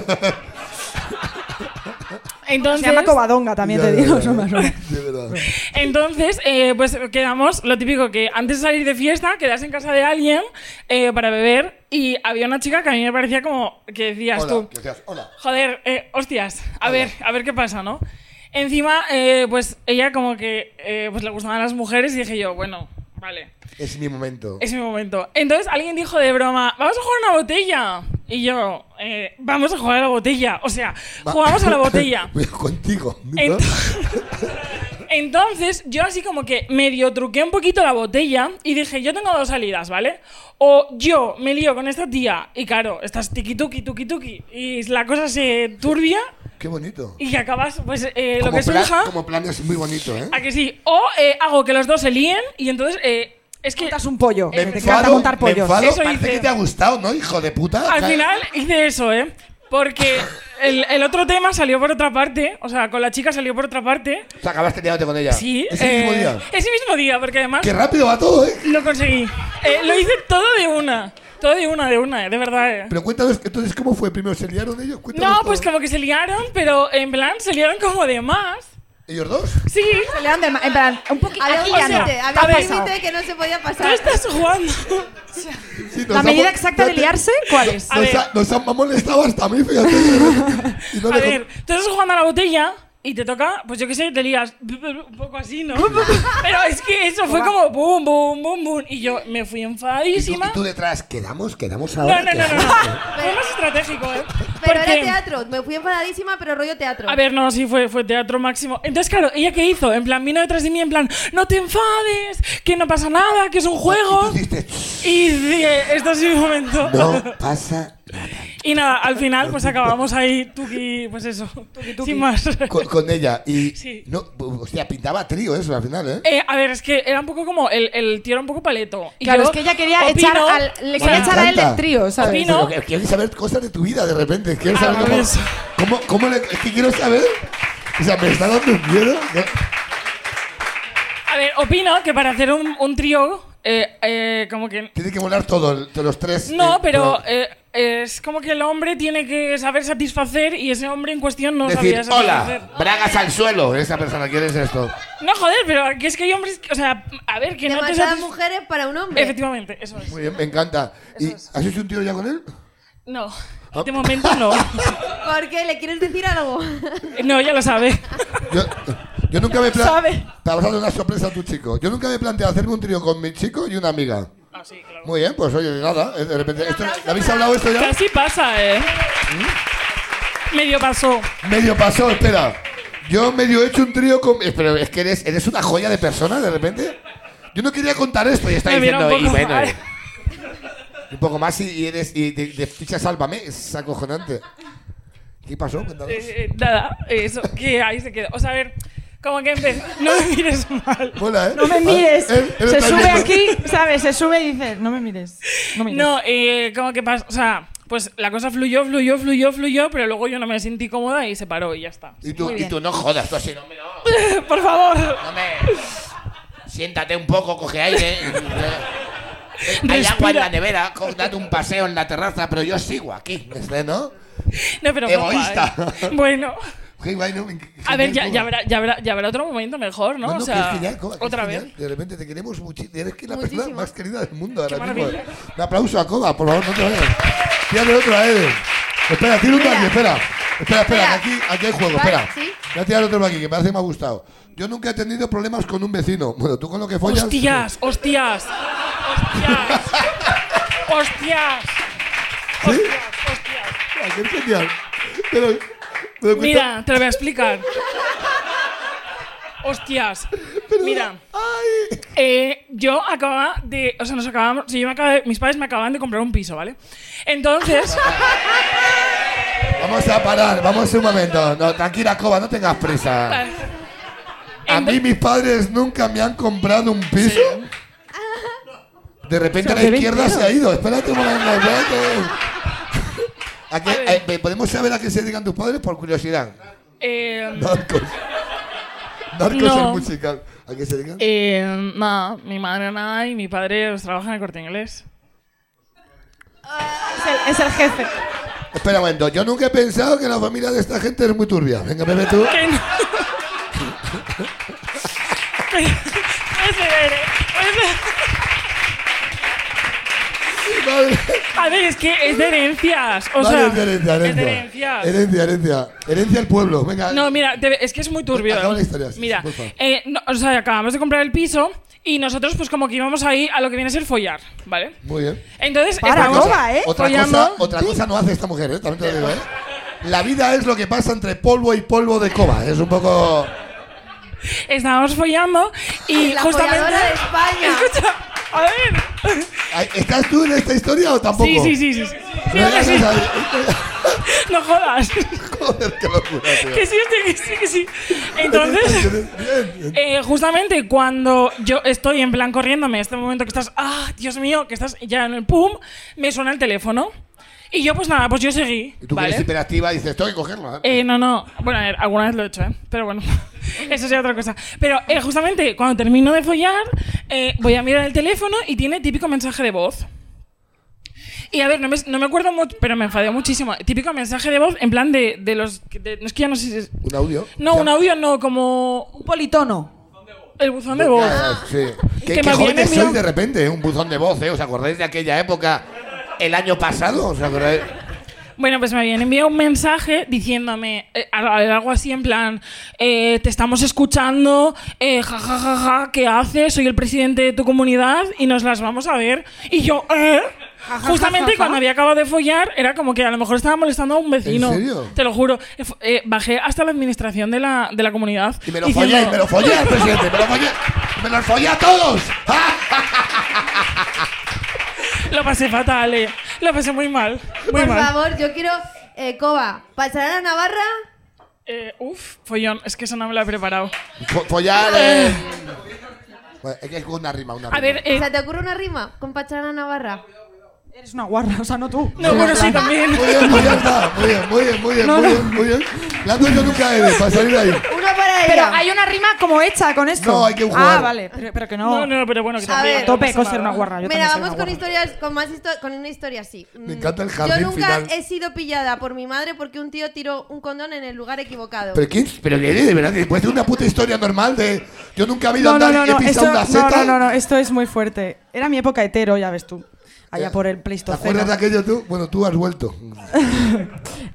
H: entonces,
G: Se llama Covadonga, también te digo. No me asomo.
B: De verdad.
H: Entonces, eh, pues quedamos, lo típico que antes de salir de fiesta, quedas en casa de alguien eh, para beber y había una chica que a mí me parecía como que decías
B: Hola,
H: tú.
B: que seas-
H: [laughs]
B: hola.
H: Joder, eh, hostias. A ver, a ver qué pasa, ¿no? Encima, eh, pues ella como que eh, pues le gustaban las mujeres y dije yo, bueno, vale,
B: Es mi momento.
H: es mi momento. Entonces alguien dijo de broma, vamos a jugar a una botella. Y yo, eh, vamos a jugar a la botella. O sea,
B: Va.
H: jugamos
B: [laughs]
H: a la botella.
B: Voy contigo. ¿no?
H: Entonces, [laughs] entonces, yo así como que medio truqué un poquito la botella y dije, yo tengo dos salidas, ¿vale? O yo me lío con esta tía y claro, estás tiki tuki tuki tuki y la cosa se turbia
B: Qué bonito.
H: y acabas pues eh, lo
B: como,
H: que
B: plan,
H: surja.
B: como plan es muy bonito, ¿eh?
H: A que sí. O eh, hago que los dos se líen y entonces eh, es que
G: Montas un pollo.
H: Me
G: que te encanta montar
B: me
G: pollos.
B: enfado.
H: Eso
B: Parece
H: hice.
B: que te ha gustado, ¿no, hijo de puta?
H: al
B: Ca-
H: final hice eso, ¿eh? Porque el, el otro tema salió por otra parte, o sea, con la chica salió por otra parte.
B: O sea, acabaste liándote con ella.
H: Sí,
B: Ese mismo
H: eh,
B: día.
H: Ese mismo día, porque además...
B: Qué rápido va todo, ¿eh?
H: Lo conseguí. Eh, lo hice todo de una. Todo de una, de una, eh, de verdad. eh.
B: Pero cuéntanos, entonces, ¿cómo fue? ¿Primero se liaron ellos? Cuéntanos
H: No, pues
B: todo.
H: como que se liaron, pero en plan se liaron como de más.
B: ¿Ellos dos?
H: Sí,
G: Se le dan de ma- en plan, un poquito.
D: Había un
G: Aquí ya no.
D: límite,
G: Ha
D: había un
G: pasado.
D: límite que no se podía
H: tú
D: pasar.
H: estás jugando.
B: Sí, nos
G: La
B: han-
G: medida exacta de
B: fíjate,
G: liarse, ¿cuál es?
H: A
B: Nos,
H: ver.
B: ha, nos han molestado hasta a mí, fíjate. Y no
H: A
B: me con-
H: ver, tú estás jugando a la botella y te toca, pues yo qué sé, te lías un poco así, ¿no? Pero es que eso fue como boom, boom, boom, boom. Y yo me fui
B: Y tú,
H: enfadadísima.
B: y tú detrás, quedamos, quedamos
H: No,
B: ahora.
H: no,
B: [laughs]
H: no, no.
B: quedamos.
H: no. Fue más estratégico, ¿eh?
D: Pero
H: Porque-
D: era teatro, me fui enfadadísima, pero rollo teatro.
H: A ver, no, sí, fue, fue teatro máximo. Entonces, claro, ¿ella qué hizo? En plan, vino detrás de mí, en plan, no te enfades, que no pasa nada, que es un juego.
B: Y tú dices,
H: Y dije, esto ha sido un momento.
B: no pasa.
H: [laughs] Y nada, al final, pues acabamos ahí, tuki, pues eso, sin más.
B: Con, con ella. Y.
H: Sí.
B: No, hostia, pintaba trío eso al final, ¿eh?
H: Eh, a ver, es que era un poco como el, el tío era un poco paleto. Y
G: Claro,
H: yo
G: es que ella quería
H: opino-
G: echar al, le
H: o sea,
G: quería echar a él
B: encanta.
G: del trío, ¿sabes?
H: Opino-
B: Pero que- quiero saber cosas de tu vida de repente. Quiero saber
H: Ah,
B: cómo,
H: eso.
B: cómo, cómo le, es que quiero saber. O sea, me está dando miedo. ¿no?
H: A ver, opino que para hacer un, un trío, eh, eh, como que
B: Tiene que volar todo, el- todos los tres. eh,
H: No, pero
B: todo.
H: eh, es como que el hombre tiene que saber satisfacer y ese hombre en cuestión no
B: decir,
H: sabía satisfacer.
B: hola, bragas al suelo. Esa persona, ¿quién es esto?
H: No, joder, pero que es que hay hombres, que- o sea, a ver, que no te
D: Demasiadas
H: satisfacen.
D: mujeres para un hombre.
H: Efectivamente, eso es.
B: Muy bien, me encanta. ¿Y has hecho un tiro ya con él?
H: No,
B: Ah.
H: de momento
B: [laughs]
H: no.
D: Porque le quieres decir algo.
H: No, ya lo sabe.
B: Yo, yo nunca me he plan-
G: sabe.
B: Te vas a dar una sorpresa a tu chico. Yo nunca me he planteado hacerme un trío con mi chico y una amiga.
H: Ah, sí, claro.
B: Muy bien, pues oye, nada. eh, De repente, esto- ¿le habéis hablado esto ya?
H: Casi pasa, ¿eh? Medio pasó.
B: Medio pasó, espera. Yo medio he hecho un trío con. eh, Pero es que eres, eres una joya de persona de repente. Yo no quería contar esto y está
H: Me mira
B: diciendo.
H: un
B: y
H: poco
B: bueno.
H: mal".
B: eh, Un poco más y, y eres. Y de, de ficha sálvame. Es acojonante. ¿Qué pasó? Cuéntanos.
H: Eh, eh, nada, eso, que ahí se quedó. O sea, a ver, como que empezó. [laughs] No me mires mal.
B: Hola, ¿eh?
G: No me
B: Ah,
G: mires.
B: él- él
G: Se
B: está
G: sube
B: viendo.
G: aquí, ¿sabes? Se sube y dice, no me mires. No me mires.
H: No, eh, como que pasa, o sea, pues la cosa fluyó, fluyó, fluyó, fluyó, pero luego yo no me sentí cómoda y se paró y ya está. [laughs]
B: Y tú, y tú no jodas, tú así no me. No,
H: Por favor.
B: no me.
I: siéntate un poco, coge aire.
B: eh,
I: Hay agua en la nevera, co- date un paseo en la terraza, pero yo sigo aquí, este, ¿no?
H: No, pero
I: Egoísta.
H: guapa,
B: [laughs]
H: ¿eh? Bueno,
B: Qué guay, ¿no? Qué
H: a ver,
B: genial,
H: ya,
B: Cuba.
H: ya, verá, ya, verá, ya verá otro momento mejor, ¿no?
B: No,
H: o
B: no,
H: sea,
B: que es genial, Coba, que es
H: otra vez.
B: genial. De repente te queremos muchísimo. Eres que la persona
D: Muchísimo.
B: más querida del mundo ahora
H: Qué
B: mismo.
H: maravilla.
B: Un aplauso a Coba, por favor, no te vayas. Tírale otro a Eden. Espera, tira un aquí, espera. Espera, espera, que aquí, aquí hay juego,
D: Vale,
B: espera.
D: sí.
B: Voy a tirar otro aquí, que parece que me ha gustado. Yo nunca he tenido problemas con un vecino. Bueno, tú con lo que follas.
H: Hostias, hostias, hostias, hostias,
B: ¿Sí?
H: hostias.
B: Ah, qué genial. Pero, pero cuenta-
H: Mira, te lo voy a explicar. Hostias. Mira.
B: ¡Ay!
H: Eh, yo acababa de. O sea, nos acabamos. sí, yo me acabé- mis padres me acababan de comprar un piso, ¿vale?
B: [laughs]
H: Entonces.
B: Vamos a parar, vamos un momento. No, tranquila, Coba, no tengas prisa. A mí mis padres nunca me han comprado un piso. De repente la izquierda se ha ido. Espérate un momento, espérate. ¿A qué- eh, ¿Podemos saber a qué se dedican tus padres? Por curiosidad.
H: eh,
B: Narcos. Narcos
H: No.
B: el musical. ¿A qué se dedican?
H: eh, nada, mi madre nada y mi padre pues, trabaja en el corte inglés.
G: Es el, es el jefe.
B: Espera un momento. Yo nunca he pensado que la familia de esta gente es muy turbia. Venga, bebe tú.
H: Que no. Puede ser, eh, puede ser.
B: Madre.
H: A ver, es que es de herencias. O
B: Vale,
H: sea,
B: es de herencia,
H: es de
B: herencia.
H: herencias.
B: Herencia, herencia. Herencia al pueblo. Venga.
H: No, mira, te- es que es muy turbio.
B: Acaba la historia, sí,
H: mira,
B: sí, por favor.
H: eh, no, o sea, acabamos de comprar el piso y nosotros pues como que íbamos ahí a lo que viene a ser follar, ¿vale?
B: Muy bien.
H: Entonces,
G: Para,
H: estamos-
G: Coba. Va, ¿eh?
B: Otra,
G: Follando.
B: cosa, otra cosa no hace esta mujer, ¿eh? También te lo digo, ¿eh? La vida es lo que pasa entre polvo y polvo de coba. Es un poco.
H: estábamos follando y
D: La
H: justamente...
D: folladora de España.
H: [laughs] Escucha, a ver.
B: Ay, ¿Estás tú en esta historia o tampoco?
H: Sí, sí, sí, sí. sí.
B: No,
H: Mira que
B: ya
H: sí.
B: sabes,
H: No jodas.
B: Joder, qué locura, tío.
H: que sí, hostia, que sí, que sí. Entonces...
B: [laughs] Bien, bien.
H: Eh, justamente cuando yo estoy en plan corriéndome, este momento que estás, ah, Dios mío, que estás ya en el pum, me suena el teléfono. Y yo, pues nada, pues yo seguí.
B: Y tú que
H: ¿vale?
B: eres hiperactiva y dices, tengo que cogerlo. ¿eh?
H: Eh, no, no. Bueno, a ver, alguna vez lo he hecho, ¿eh? Pero bueno, [laughs] eso sea otra cosa. Pero eh, justamente cuando termino de follar, eh, voy a mirar el teléfono y tiene típico mensaje de voz. Y a ver, no me, no me acuerdo mucho, pero me enfadé muchísimo. Típico mensaje de voz en plan de, de los... que- de- no es que ya no sé si es-
B: Un audio.
H: No, un audio no, como
G: Un politono.
H: el buzón de voz.
B: Ah, sí. Qué,
H: Que
B: qué
H: me
B: jóvenes
H: viene
B: sois
H: mío.
B: de repente, ¿eh? un buzón de voz, ¿eh? ¿Os acordáis de aquella época? El año pasado, ¿os acordáis?
H: Bueno, pues me habían enviado un mensaje diciéndome eh, al- algo así en plan, eh, te estamos escuchando, eh, ja, ja, ja, ja, ¿qué haces? Soy el presidente de tu comunidad y nos las vamos a ver. Y yo, ¿eh?
G: ja, ja,
H: Justamente
G: ja.
H: cuando había acabado de follar, era como que a lo mejor estaba molestando a un vecino.
B: ¿En serio?
H: Te lo juro. Eh, fu- eh, bajé hasta la administración de la, de la comunidad.
B: Y me lo
H: diciendo- Eh.
B: follé, me lo follé al presidente, me lo follé. ¡Me los follé a todos! ¡Ah!
H: [laughs] Lo pasé fatal, eh. Lo pasé muy mal. Muy
B: Pues
D: Por
H: mal.
D: favor, yo quiero. Eh, Coba, pasará a Navarra.
H: Eh, uf, follón, es que eso no me lo he preparado.
B: Fo- Follar. eh. Bueno, es que es una rima, una rima.
H: A ver, eh,
D: O sea, ¿te ocurre una rima con Pacharana Navarra?
G: Eres una guarra, o sea, no tú.
H: no, bueno, sí, también.
B: Muy bien, muy bien, está. Muy bien, muy bien, muy bien, muy bien, muy bien. La tuya nunca eres, para salir de ahí.
D: Una para
G: Pero
D: ella.
G: hay una rima como hecha con esto.
B: No, hay que jugar.
G: Ah, vale, pero, pero que no.
H: No, no, pero bueno, que
D: A
H: también.
D: ver.
H: no
G: Tope
H: pasa
G: con ser
H: nada.
G: una guarra. Yo
D: Mira,
G: también soy una
D: vamos con
G: guarra.
D: historias, con más histo- con una historia así.
B: Me
D: Mm,
B: encanta el
D: Yo
B: jardín
D: nunca
B: final.
D: he sido pillada por mi madre porque un tío tiró un condón en el lugar equivocado.
B: Pero quién, pero Lele, de verdad, después de una puta historia normal de yo nunca he ido a
G: No, no,
B: andar
G: no,
B: y he
G: no,
B: pisado
G: esto,
B: una
G: no,
B: seta.
G: no, no, no, esto es muy fuerte. Era mi época hetero, ya ves tú. Allá por el
B: Eh, ¿Te acuerdas de
G: Pleistoceno.
B: aquello tú? Bueno, tú has vuelto.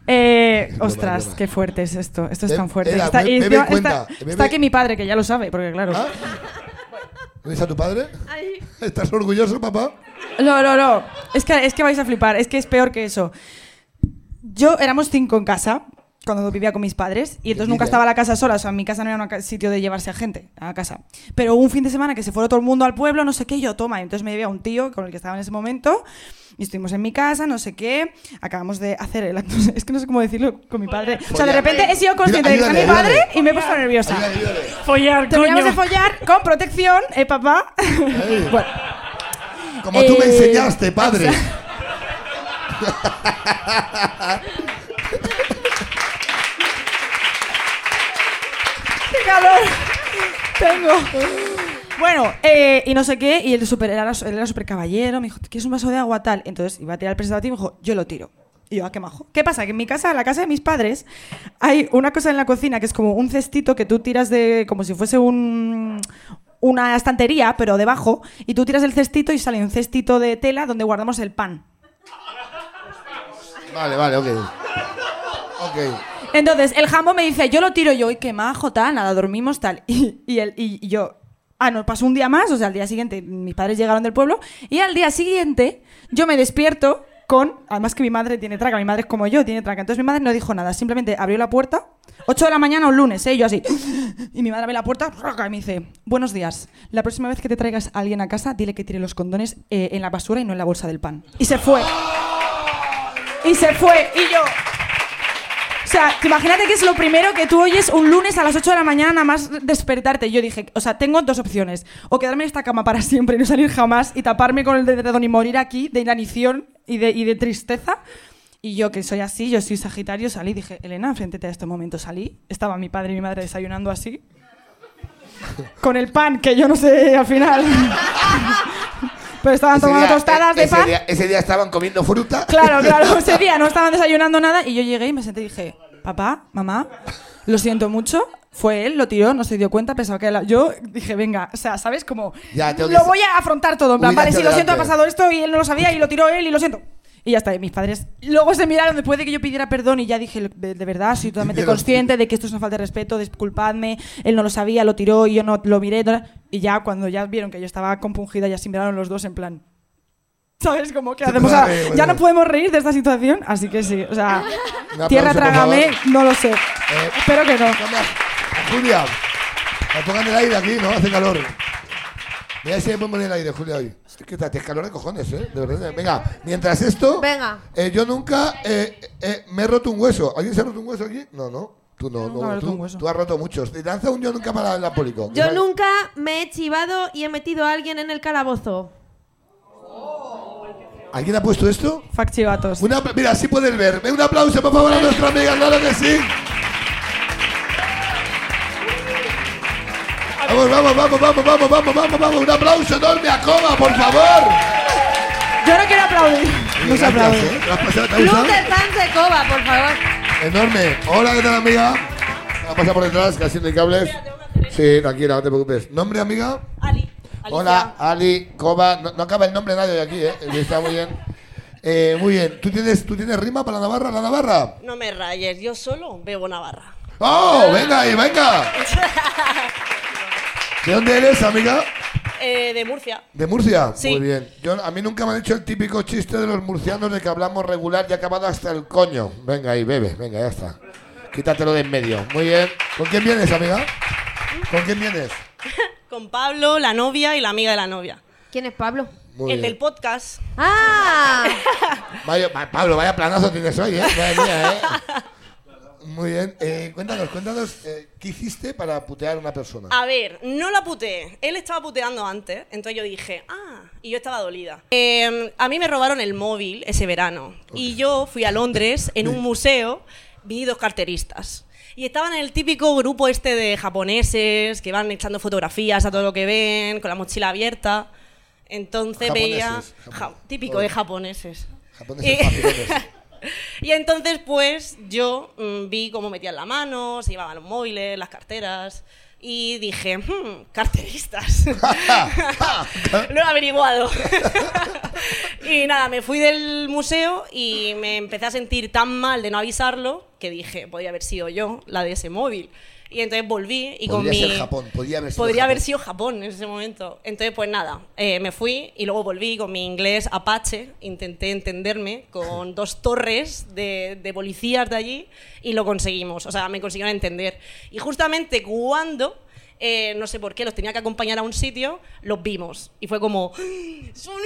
G: Eh,
B: Broma,
G: ostras,
B: broma.
G: qué fuerte es esto. Esto es
B: Eh,
G: tan fuerte.
B: era,
G: está,
B: be-
G: y
B: bebe
G: encima
B: en cuenta,
G: está-
B: bebe-
G: está aquí mi padre, que ya lo sabe, porque claro.
B: ¿Ah? ¿No es a tu padre?
D: Ay,
B: [laughs] ¿Estás orgulloso, papá?
G: No, no, no. Es que, es que vais a flipar. Es que es peor que eso. Yo éramos cinco en casa cuando vivía con mis padres y entonces nunca
B: vida.
G: estaba la casa sola. O sea, en mi casa no era un sitio de llevarse a gente a casa. Pero hubo un fin de semana que se fuera todo el mundo al pueblo, no sé qué, y yo toma. Y entonces me llevé a un tío con el que estaba en ese momento y estuvimos en mi casa, no sé qué. Acabamos de hacer el acto. [laughs] Es que no sé cómo decirlo con mi padre. O sea, de repente he sido consciente de que está mi
B: Ayúdale,
G: padre
B: ayúdale.
G: y me he puesto nerviosa.
H: Follar,
G: Terminamos de
H: coño.
G: follar con protección, eh, papá. [laughs] bueno.
B: Como tú me
G: Eh,
B: enseñaste, padre.
G: ¡Qué calor! Tengo. Bueno, eh, y no sé qué, y él, super, era, él era super caballero, me dijo, ¿quieres un vaso de agua tal? Entonces iba a tirar el preservativo y me dijo, yo lo tiro. Y yo, ¿a qué majo? ¿Qué pasa? Que en mi casa, en la casa de mis padres, hay una cosa en la cocina que es como un cestito que tú tiras de, como si fuese un, una estantería, pero debajo, y tú tiras el cestito y sale un cestito de tela donde guardamos el pan.
B: Vale, vale, ok. Ok.
G: Entonces, el jambo me dice, yo lo tiro yo, y qué majo, tal, nada, dormimos, tal. [laughs] Y, y él- y- y yo, ah, no, pasó un día más, o sea, al día siguiente mis padres llegaron del pueblo, y al día siguiente yo me despierto con, además que mi madre tiene traca, mi madre es como yo, tiene traca. Entonces mi madre no dijo nada, simplemente abrió la puerta, 8 de la mañana un lunes, ¿eh? Y yo así, y mi madre abre la puerta, raca, y me dice, buenos días, la próxima vez que te traigas a alguien a casa, dile que tire los condones eh, en la basura y no en la bolsa del pan. Y se fue. Y se fue, y yo... O sea, que imagínate que es lo primero que tú oyes un lunes a las 8 de la mañana nada más despertarte. Yo dije, o sea, tengo dos opciones. O quedarme en esta cama para siempre y no salir jamás y taparme con el dedo y morir aquí de inanición y de, y de tristeza. Y yo, que soy así, yo soy sagitario, salí. Dije, Elena, enfréntete a este momento. Salí. Estaba mi padre y mi madre desayunando así. Con el pan, que yo no sé al final. Pero estaban tomando tostadas
I: e-
G: de
I: ese
G: pan.
I: día- ese día estaban comiendo fruta.
G: [laughs] Claro, claro,
B: [laughs]
G: ese día no estaban desayunando nada y yo llegué y me senté y dije, papá, mamá, lo siento mucho. Fue él, lo tiró, no se dio cuenta, pensaba que era... Yo dije, venga, o sea, ¿sabes? Como,
I: Ya, tengo que
G: lo
I: ser-
G: voy a afrontar todo. En plan,
I: Cuídate
G: vale, sí, lo siento, ha
I: delante.
G: pasado esto y él no lo sabía y lo tiró él y lo siento. Y ya está, y mis padres luego se miraron después de que yo pidiera perdón y ya dije, de, de verdad, soy totalmente
B: Dijeron,
G: consciente de que esto es una falta de respeto, disculpadme, él no lo sabía, lo tiró y yo no lo miré. no- Y ya cuando ya vieron que yo estaba compungida, ya se miraron los dos en plan, ¿Sabes? Como que
B: Sí,
G: hacemos
B: vale,
G: ahora?
B: vale.
G: Ya no podemos reír de esta situación, así que sí. O sea,
B: Un
G: tierra
B: aplauso, por Eh,
G: trágame, no lo sé. Espero que no.
B: No me ha- Julia, me pongan el aire aquí, ¿no? Hace calor. Mira si me ponen el aire, Julia, hoy. Es que te- te calor de cojones, ¿eh? De verdad. Venga, mientras esto...
D: Venga.
B: eh, yo nunca eh, eh, me he roto un hueso. ¿Alguien se ha roto un hueso aquí? No, no. Tú no,
G: nunca me he
B: no.
G: roto un
B: Tú,
G: hueso.
B: tú has roto muchos. Te Lanza un yo nunca para el público.
D: Yo nunca me he chivado y he metido a alguien en el calabozo.
B: ¿Alguien ha puesto esto?
G: Factivatos.
B: Una- mira, sí puedes ver. Ve, Un aplauso, por favor, a nuestra amiga, claro que sí. Vamos, vamos, vamos, vamos, vamos, vamos, vamos, vamos. Un aplauso enorme a Coma, por favor.
G: Yo no quiero aplaudir. No se
B: Gracias,
G: aplaude.
B: ¿eh? ¿Te has pasado, te ha
D: Club
B: gustado?
D: de fans de Coba, por favor.
B: Enorme. Hola, ¿qué tal, amiga? La pasa por detrás, casi no hay cables. Sí, tranquila, no te preocupes. ¿Nombre, amiga?
A: Ali.
B: Hola, Ali, Coba. No, no acaba el nombre de nadie de aquí, ¿eh? Está muy bien. Eh, muy bien. ¿Tú tienes, ¿Tú tienes rima para Navarra? ¿La Navarra?
A: No me rayes, yo solo bebo Navarra.
B: ¡Oh! ¡Venga ahí, venga! ¿De dónde eres, amiga?
A: Eh, de Murcia.
B: ¿De Murcia?
A: Sí.
B: Muy bien. Yo, a mí nunca me han hecho el típico chiste de los murcianos de que hablamos regular y acabado hasta el coño. Venga ahí, bebe, venga, ya está. Quítatelo de en medio. Muy bien. ¿Con quién vienes, amiga? ¿Con quién vienes?
A: Con Pablo, la novia y la amiga de la novia.
D: ¿Quién es Pablo?
B: Muy
A: el
B: bien.
A: del podcast.
D: ¡Ah!
B: Vaya- va- Pablo, vaya planazo tienes hoy, ¿eh? Madre mía, ¿eh? Muy bien. Eh, cuéntanos, cuéntanos, eh, ¿qué hiciste para putear a una persona?
A: A ver, no la puteé. Él estaba puteando antes, entonces yo dije, ah, y yo estaba dolida. Eh, a mí me robaron el móvil ese verano y yo fui a Londres en un museo, vi dos carteristas. Y estaban en el típico grupo este de japoneses que van echando fotografías a todo lo que ven, con la mochila abierta. Entonces
B: Japoneses,
A: veía...
B: japoneses.
A: ja- típico de japoneses.
B: Japoneses,
A: Y-
B: japoneses.
A: [laughs] y entonces, pues, yo mm, vi cómo metían la mano, se llevaban los móviles, las carteras. Y dije, "Hmm,
B: [laughs]
A: carteristas. [laughs] Lo he averiguado. [laughs] y nada, me fui del museo y me empecé a sentir tan mal de no avisarlo que dije, podría haber sido yo la de ese móvil. Y entonces volví y con
B: Podría
A: mi...
B: ser Japón, podría haber sido
A: Podría
B: Japón.
A: haber sido Japón en ese momento. Entonces, pues nada, eh, me fui y luego volví con mi inglés apache, intenté entenderme
B: [laughs]
A: con dos torres de, de policías de allí y lo conseguimos, o sea, me consiguieron entender. Y justamente cuando, eh, no sé por qué, los tenía que acompañar a un sitio, los vimos y fue como, son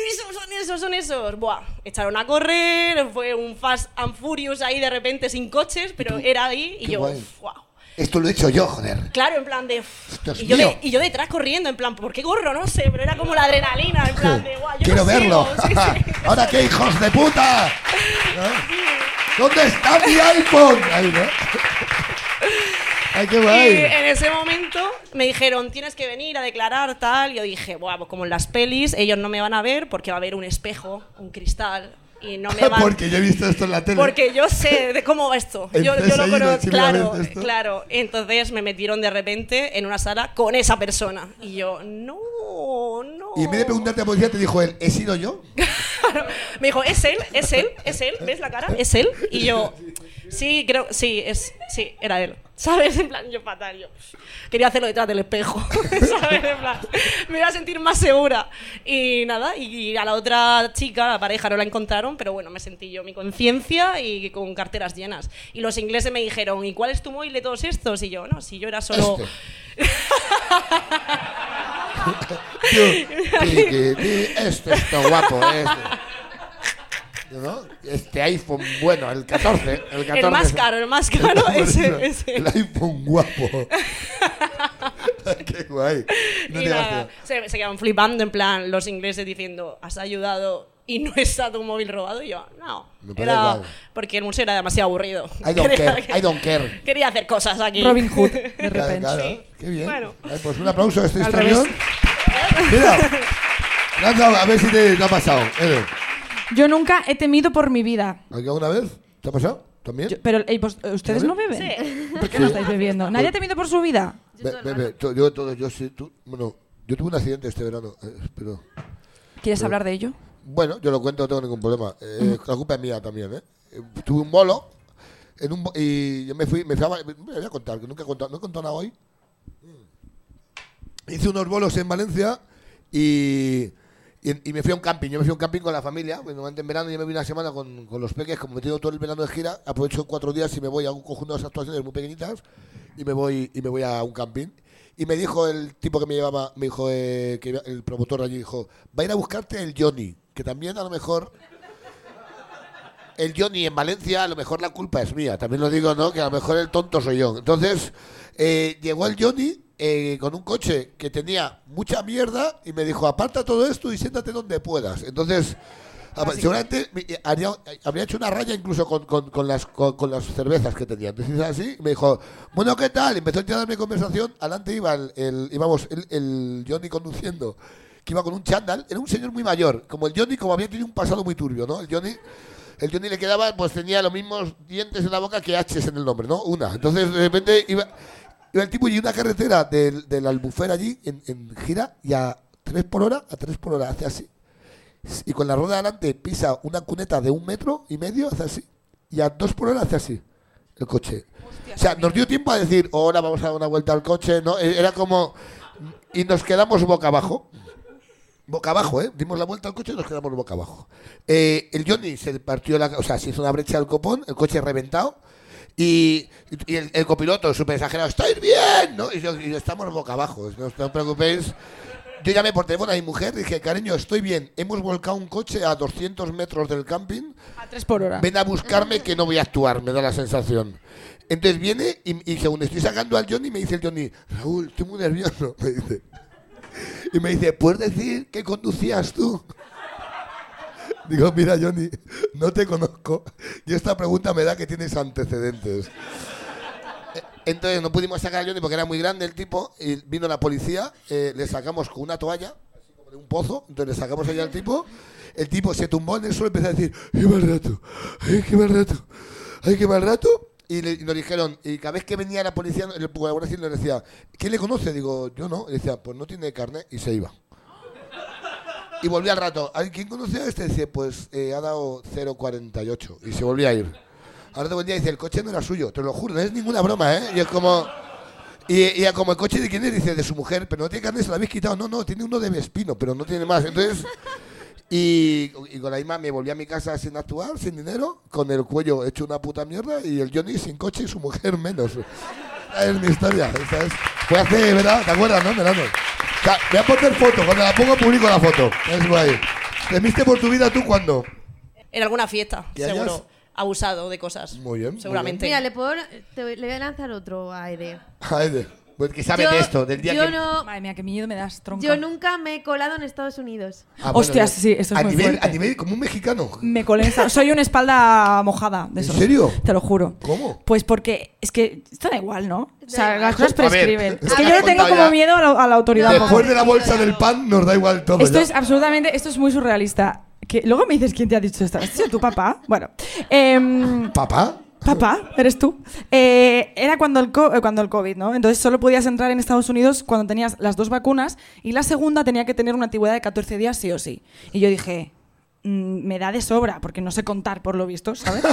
A: esos, son esos, son esos. Buah, echaron a correr, fue un Fast and Furious ahí de repente sin coches, pero era ahí y
B: qué
A: yo,
B: guay.
A: wow.
B: Esto lo he hecho yo, joder.
A: Claro, en plan de. "Uf".
B: Dios
A: Y yo,
B: mío.
A: de- y yo detrás corriendo, en plan, ¿por qué corro? No sé, pero era como la adrenalina, en plan de. "Guau, yo
B: Quiero
A: no
B: verlo.
A: sigo". Sí, sí.
B: [laughs] Ahora qué hijos de puta. ¿No? ¿Dónde está mi iPhone? Ahí, ¿no? [laughs] ¡Ay, qué
A: Y
B: guay!
A: en ese momento me dijeron, tienes que venir a declarar tal. Yo dije, Buah, pues como en las pelis, ellos no me van a ver porque va a haber un espejo, un cristal, y
B: [laughs]
A: no me van
B: Porque yo he visto esto en la tele.
A: Porque yo sé de cómo va esto. Yo, yo
B: Empieza
A: lo
B: ahí,
A: conozco.
B: encima
A: Claro,
B: ves esto.
A: claro. Entonces me metieron de repente en una sala con esa persona. Y yo, no, no.
B: Y en vez de preguntarte a policía, te dijo él, ¿he sido yo?
A: Me dijo, es él, es él, es él, ¿ves la cara? Es él. Y yo, sí, creo, sí, es, sí, era él. [laughs] ¿Sabes? En plan, yo fatal, yo quería hacerlo detrás del espejo. [laughs] ¿Sabes? En plan, me iba a sentir más segura. Y nada, y a la otra chica, la pareja, no la encontraron, pero bueno, me sentí yo mi conciencia y con carteras llenas. Y los ingleses me dijeron, ¿y cuál es tu móvil de todos estos? Y yo, no, si yo era solo.
B: Este.
A: [laughs]
B: Tío, ti, ti, ti, esto,
I: Esto guapo, ¿eh? este. ¿No? Este iPhone bueno, el 14. El, 14
A: El más caro,
B: [laughs]
A: el más caro, ese, ese.
B: El iPhone
A: [laughs]
B: guapo. [laughs] qué guay. Este, No
A: Y
B: tiene
A: nada,
B: gracia.
A: se, se quedaban flipando en plan los ingleses diciendo, has ayudado y no está tu móvil robado. Y yo, no.
B: Me parece
A: Era
B: guay.
A: porque el museo era demasiado aburrido.
I: I don't
A: [laughs] Quería
I: care,
A: que-
I: I don't care.
A: Quería hacer cosas aquí.
G: Robin Hood,
A: [laughs]
G: de
B: [laughs] Claro,
G: repente.
B: claro, Qué bien.
A: Bueno.
B: Ay, pues un aplauso a este
G: Al
B: historión.
G: revés. [laughs]
B: Mira. le han dado- A ver si te, te ha pasado. Eder.
G: Yo nunca he temido por mi vida.
B: ¿Alguna vez? ¿Te ha pasado? ¿También?
G: Yo- pero eh, vos- ustedes no beben. ¿Por qué no estáis bebiendo? ¿Nadie ha temido por su vida?
B: Be- bebe, to- yo todo, yo sí, tú, bueno, yo tuve un accidente este verano, eh, pero
G: ¿Quieres hablar de ello?
B: bueno, yo lo cuento, no tengo ningún problema. Eh, La culpa es mía también, ¿eh? Eh, Tuve un bolo en un bo- y yo me fui, me fui a, Val- me voy a contar, que nunca he contado, no he contado nada hoy.
G: Mm.
B: Hice unos bolos en Valencia y, y, y me fui a un camping. Yo me fui a un camping con la familia, porque normalmente en verano yo me voy una semana con, con los peques, como me he tenido todo el verano de gira, aprovecho cuatro días y me voy a un conjunto de actuaciones muy pequeñitas y me voy, y me voy a un camping. Y me dijo el tipo que me llevaba, me dijo eh, que iba- el promotor allí, dijo, va a ir a buscarte el Johnny, que también a lo mejor el Johnny en Valencia, a lo mejor la culpa es mía. También lo digo, ¿no? Que a lo mejor el tonto soy yo. Entonces, eh, llegó el Johnny eh, con un coche que tenía mucha mierda y me dijo, aparta todo esto y siéntate donde puedas. Entonces, apa- seguramente me- eh, haría- eh, habría hecho una raya incluso con, con- con las, con, con las cervezas que tenía. Entonces, hice así, y me dijo, bueno, ¿qué tal? Empezó a entrar mi conversación. Adelante iba el, el- íbamos el- el Johnny conduciendo que iba con un chándal, era un señor muy mayor, como el Johnny, como había tenido un pasado muy turbio, ¿no? El Johnny, el Johnny le quedaba, pues tenía los mismos dientes en la boca que H's en el nombre, ¿no? Una. Entonces, de repente, iba, iba el tipo y una carretera del, del Albufera allí, en, en gira, y a 3 por hora, a 3 por hora, hace así. Y con la rueda delante pisa una cuneta de un metro y medio, hace así. Y a 2 por hora hace así, el coche. o sea, nos dio tiempo a decir, ahora vamos a dar una vuelta al coche, ¿no? Eh, Era como... Y nos quedamos boca abajo. Boca abajo, ¿eh? Dimos la vuelta al coche y nos quedamos boca abajo. Eh, el Johnny se partió la... O sea, se hizo una brecha al copón, el coche reventado. Y, y el, el copiloto, súper exagerado, ¡estáis bien! ¿no? Y, yo- y estamos boca abajo, no os no os preocupéis. Yo llamé por teléfono a mi mujer y dije, cariño, estoy bien. Hemos volcado un coche a 200 metros del camping.
G: A tres por hora.
B: Ven a buscarme que no voy a actuar, me da la sensación. Entonces viene y, y según estoy sacando al Johnny, me dice el Johnny, Raúl, estoy muy nervioso, [laughs] me dice. Y me dice, ¿puedes decir que conducías tú? Digo, mira Johnny, no te conozco y esta pregunta me da que tienes antecedentes. Entonces no pudimos sacar a Johnny porque era muy grande el tipo. Y vino la policía, eh, le sacamos con una toalla, así como de un pozo. Entonces le sacamos allá al tipo. El tipo se tumbó en el suelo y empezó a decir: ¡Qué mal rato! ¡Ay, qué mal rato! ¡Ay, qué mal rato! Y, le- y nos dijeron, y cada vez que venía la policía, el guardia civil nos decía, ¿quién le conoce? Digo, yo no. Y decía, pues no tiene carne. Y se iba. Y volvía al rato. "Ay, ¿Quién conocía a este? Dice, pues eh, ha dado 0,48. Y se volvía a ir. Ahora te día dice, el coche no era suyo. Te lo juro, no es ninguna broma, ¿eh? Y es como... Y, y como el coche de quién es, dice, de su mujer, pero no tiene carne, se lo habéis quitado. No, no, tiene uno de Vespino, pero no tiene más. Entonces... Y, y con la misma me volví a mi casa sin actuar, sin dinero, con el cuello hecho una puta mierda y el Johnny sin coche y su mujer menos. [laughs] Esa es mi historia. esa es. Fue hace, ¿verdad? ¿Te acuerdas, no? Verano. Ca- Voy a poner foto. Cuando la pongo, publico la foto. Es guay. ¿Temiste por tu vida tú cuando?
A: En alguna fiesta,
B: ¿Qué
A: seguro.
B: años?
A: Abusado de cosas.
B: Muy bien, muy
A: Seguramente.
D: Mira, le, puedo, te- le voy a lanzar otro aire.
B: Ay, de-
I: Pues que sabe
D: Yo-
I: de esto, del día
D: yo
I: que...
D: no-
G: Madre mía, qué miedo me das, tronco.
D: Yo nunca me he colado en Estados Unidos.
I: Ah, bueno,
G: Hostias, sí, esto es
I: a
G: muy
I: nivel,
G: fuerte.
I: A nivel como un mexicano.
G: Me colé en esta- Soy una espalda mojada. De
I: ¿En
G: esos.
I: serio?
G: Te lo juro.
I: ¿Cómo?
G: Pues porque es que esto da igual, ¿no? O sea,
D: Da
G: las cosas
I: igual. A ver,
G: prescriben. es
I: a
G: que
I: ver,
G: yo le tengo
I: contado
G: como
I: ya.
G: miedo a la, a la autoridad. un poco.
B: Después de la bolsa del pan nos da igual todo.
G: Esto
B: ya.
G: es absolutamente, esto es muy surrealista. Que, luego me dices quién te ha dicho esto. ¿Has sido tu papá? Bueno. em,
B: ¿Papá?
G: Papá, eres tú. Eh, era cuando el, co- eh, cuando el COVID, ¿no? Entonces solo podías entrar en Estados Unidos cuando tenías las dos vacunas y la segunda tenía que tener una antigüedad de 14 días sí o sí. Y yo dije, "Mm, me da de sobra porque no sé contar por lo visto,
B: [laughs]
G: ¿sabes?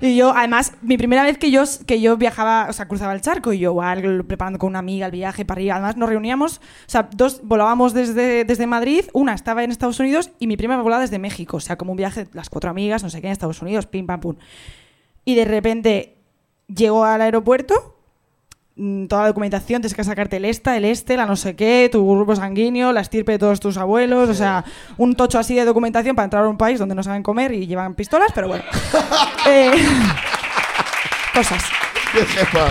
G: y yo, además, mi primera vez que yo, que yo viajaba, o sea, cruzaba el charco y yo igual preparando con una amiga el viaje para ir. Además, nos reuníamos, o sea, dos volábamos desde, desde Madrid, una estaba en Estados Unidos y mi prima volaba desde México. O sea, como un viaje, las cuatro amigas, no sé qué, en Estados Unidos, pim, pam, pum. Y de repente llego al aeropuerto, mm, toda la documentación, tienes que sacarte el esta, el este, la no sé qué, tu grupo sanguíneo, la estirpe de todos tus abuelos, o sea, un tocho así de documentación para entrar a un país donde no saben comer y llevan pistolas, pero bueno. Eh, cosas. [laughs]
B: ¡Qué jefa!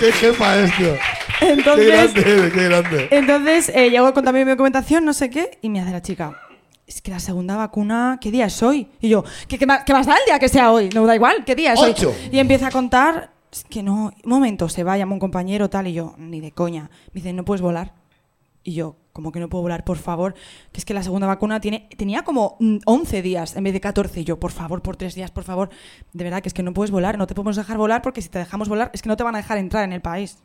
B: ¡Qué jefa es, tío! ¡Qué
G: Entonces,
B: grande eres, qué grande!
G: entonces eh, llego con también mi documentación, no sé qué, y me hace la chica. Es que la segunda vacuna, ¿qué día es hoy? Y yo, ¿qué, qué más, qué más da el día que sea hoy? No da igual, ¿qué día es hoy?
B: Ocho.
G: Y empieza a contar, es que no, un momento, se va, llama un compañero, tal, y yo, ni de coña. Me dice, no puedes volar. Y yo, como que no puedo volar, por favor, que es que la segunda vacuna tiene, tenía como mm, 11 días en vez de 14. Y yo, por favor, por tres días, por favor, de verdad que es que no puedes volar, no te podemos dejar volar porque si te dejamos volar es que no te van a dejar entrar en el país.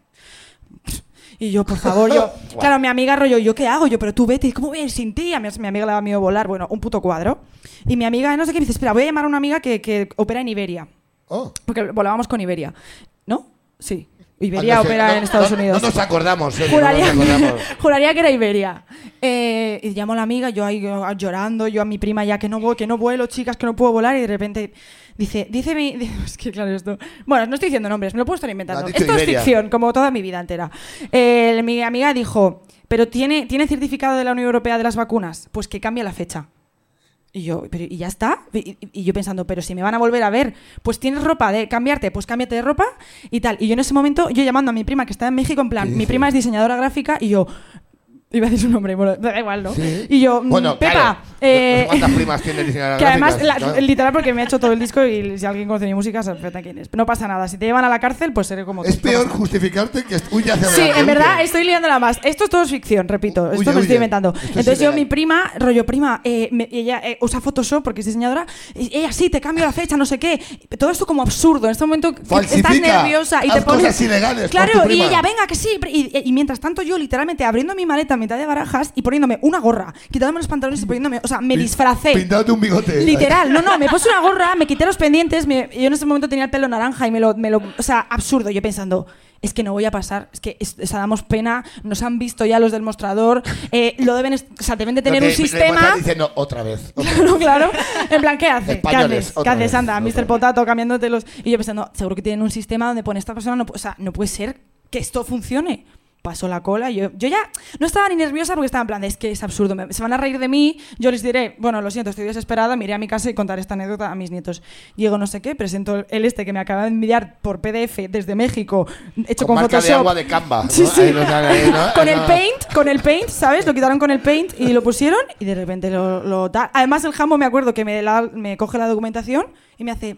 G: Y yo, por favor, yo. claro, mi amiga rollo, ¿yo qué hago? Yo, pero tú vete, ¿cómo voy a ir sin ti? A mi, mi amiga le daba miedo volar, bueno, un puto cuadro. Y mi amiga, no sé qué, me dice, espera, voy a llamar a una amiga que, que opera en Iberia.
B: Oh.
G: Porque volábamos con Iberia. ¿No? Sí. Iberia
I: No sé,
G: opera
I: no-
G: en Estados
I: no-
G: Unidos.
I: No nos acordamos, eh, no nos
G: Juraría, [laughs]
I: acordamos.
G: juraría que era Iberia. Eh, y llamo a la amiga, yo ahí eh, llorando, yo a mi prima ya que no voy, que no vuelo, chicas, que no puedo volar. Y de repente dice, dice [laughs] mi. Es que claro, esto. Bueno, no estoy diciendo nombres, me lo puedo estar inventando.
I: No, ha
G: Esto
I: dicho
G: es
I: Iberia.
G: ficción, como toda mi vida entera. Eh, mi amiga dijo, ¿pero tiene, tiene certificado de la Unión Europea de las vacunas? Pues que cambia la fecha. Y yo, pero, ¿y ya está? Y, y- y yo pensando, pero si me van a volver a ver, pues tienes ropa de cambiarte, pues cámbiate de ropa y tal. Y yo en ese momento, yo llamando a mi prima que está en México, en plan, mi prima es diseñadora gráfica y yo, iba a decir su nombre, bueno, da igual, ¿no? Y yo, mm,
I: Bueno,
G: Pepa,
I: claro.
G: eh, [laughs]
I: ¿Cuántas primas tiene el diseñador
G: que además,
I: gráficas?
G: la-
I: ¿No?
G: literal, porque me ha hecho todo el disco y si alguien conoce mi música, se quién es. No pasa nada, si te llevan a la cárcel, pues seré como tú.
B: Es
G: no pasa
B: peor justificándote que huye hacia
G: Sí,
B: adelante,
G: en verdad
B: huye.
G: estoy liándola más. Esto es todo es ficción, repito.
B: Huye,
G: Esto me
B: huye.
G: estoy inventando.
B: Esto es
G: Entonces yo,
B: ilegal.
G: mi prima, rollo prima, eh, me- ella eh, usa Photoshop porque es diseñadora. y Ella sí, te cambio la fecha, no sé qué. Todo esto como absurdo. En este momento que
B: Falsifica,
G: estás nerviosa y
B: haz
G: te pones.
B: cosas ilegales por
G: Claro,
B: tu
G: y
B: prima.
G: ella, venga, que sí. Y, y mientras tanto, yo literalmente abriendo mi maleta a mitad de barajas y poniéndome una gorra, quitándome los pantalones y poniéndome. O sea, me
B: Mm. Pin-
G: disfracé.
B: Pintándote un bigote.
G: Literal, no, no, me puse una gorra, me quité los pendientes, me- yo en ese momento tenía el pelo naranja y me lo, me lo- O sea, absurdo, yo pensando, es que no voy a pasar, es que es- o sea, damos pena, nos han visto ya los del mostrador, eh, lo deben, est- o sea, deben de
I: No
G: tener
I: te-
G: un
I: le voy a estar
G: sistema...
I: diciendo otra vez. otra vez.
G: [laughs] Claro, claro. En plan, ¿qué haces? ¿Qué
I: Españoles,
G: haces? ¿Qué
I: otra
G: haces?
I: vez,
G: Anda,
I: otra
G: Mr.
I: vez.
G: Potato cambiándotelos. Y yo pensando, seguro que tienen un sistema donde pone esta persona, no, pu- o sea, no puede ser que esto funcione. Pasó la cola y yo, yo ya no estaba ni nerviosa porque estaba en plan, de, es que es absurdo, me- se van a reír de mí, yo les diré, bueno, lo siento, estoy desesperada, me iré a mi casa y contaré esta anécdota a mis nietos. Llego no sé qué, presento el este que me acaba de enviar por PDF desde México, hecho
I: Con
G: con,
I: marca de
G: Photoshop.
I: agua de Canva, ¿no?
G: Sí, sí.
I: Ahí lo sale, ahí, ¿no?
G: [laughs] Con
I: [laughs]
G: el
I: Ah.
G: paint, con el paint, ¿sabes? Lo quitaron con el paint y lo pusieron y de repente lo, lo da. Además, el jambo me acuerdo que me, la- me coge la documentación y me hace.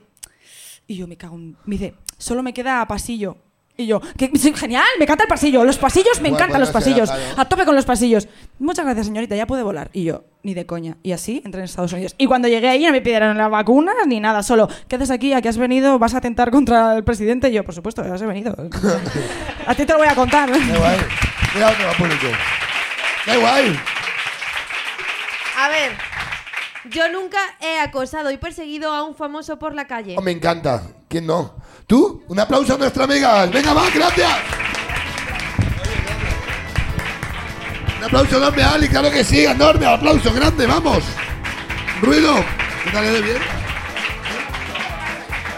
G: Y yo me cago en. Me dice, solo me queda pasillo. Y yo, que sí, genial, me encanta el pasillo. Los pasillos, me
I: Bueno,
G: encantan los
I: bueno, será,
G: pasillos.
I: claro.
G: A tope con los pasillos. Muchas gracias, señorita, ya puede volar. Y yo, ni de coña. Y así entré en Estados Unidos. Y cuando llegué ahí no me pidieron las vacunas ni nada, solo, ¿qué haces aquí? ¿A qué has venido? ¿Vas a atentar contra el presidente? Y yo, por supuesto, ya has venido. [laughs] a ti te lo voy a contar.
B: Qué guay. Mira dónde va público. Qué guay.
D: A ver, yo nunca he acosado y perseguido a un famoso por la calle.
B: Oh, me encanta. ¿Quién no? ¿Tú? Un aplauso a nuestra amiga. Venga, va, gracias. Un aplauso enorme a Ali, claro que sí, enorme, aplauso grande, vamos. Ruido. ¿Qué tal, Ede? ¿Bien?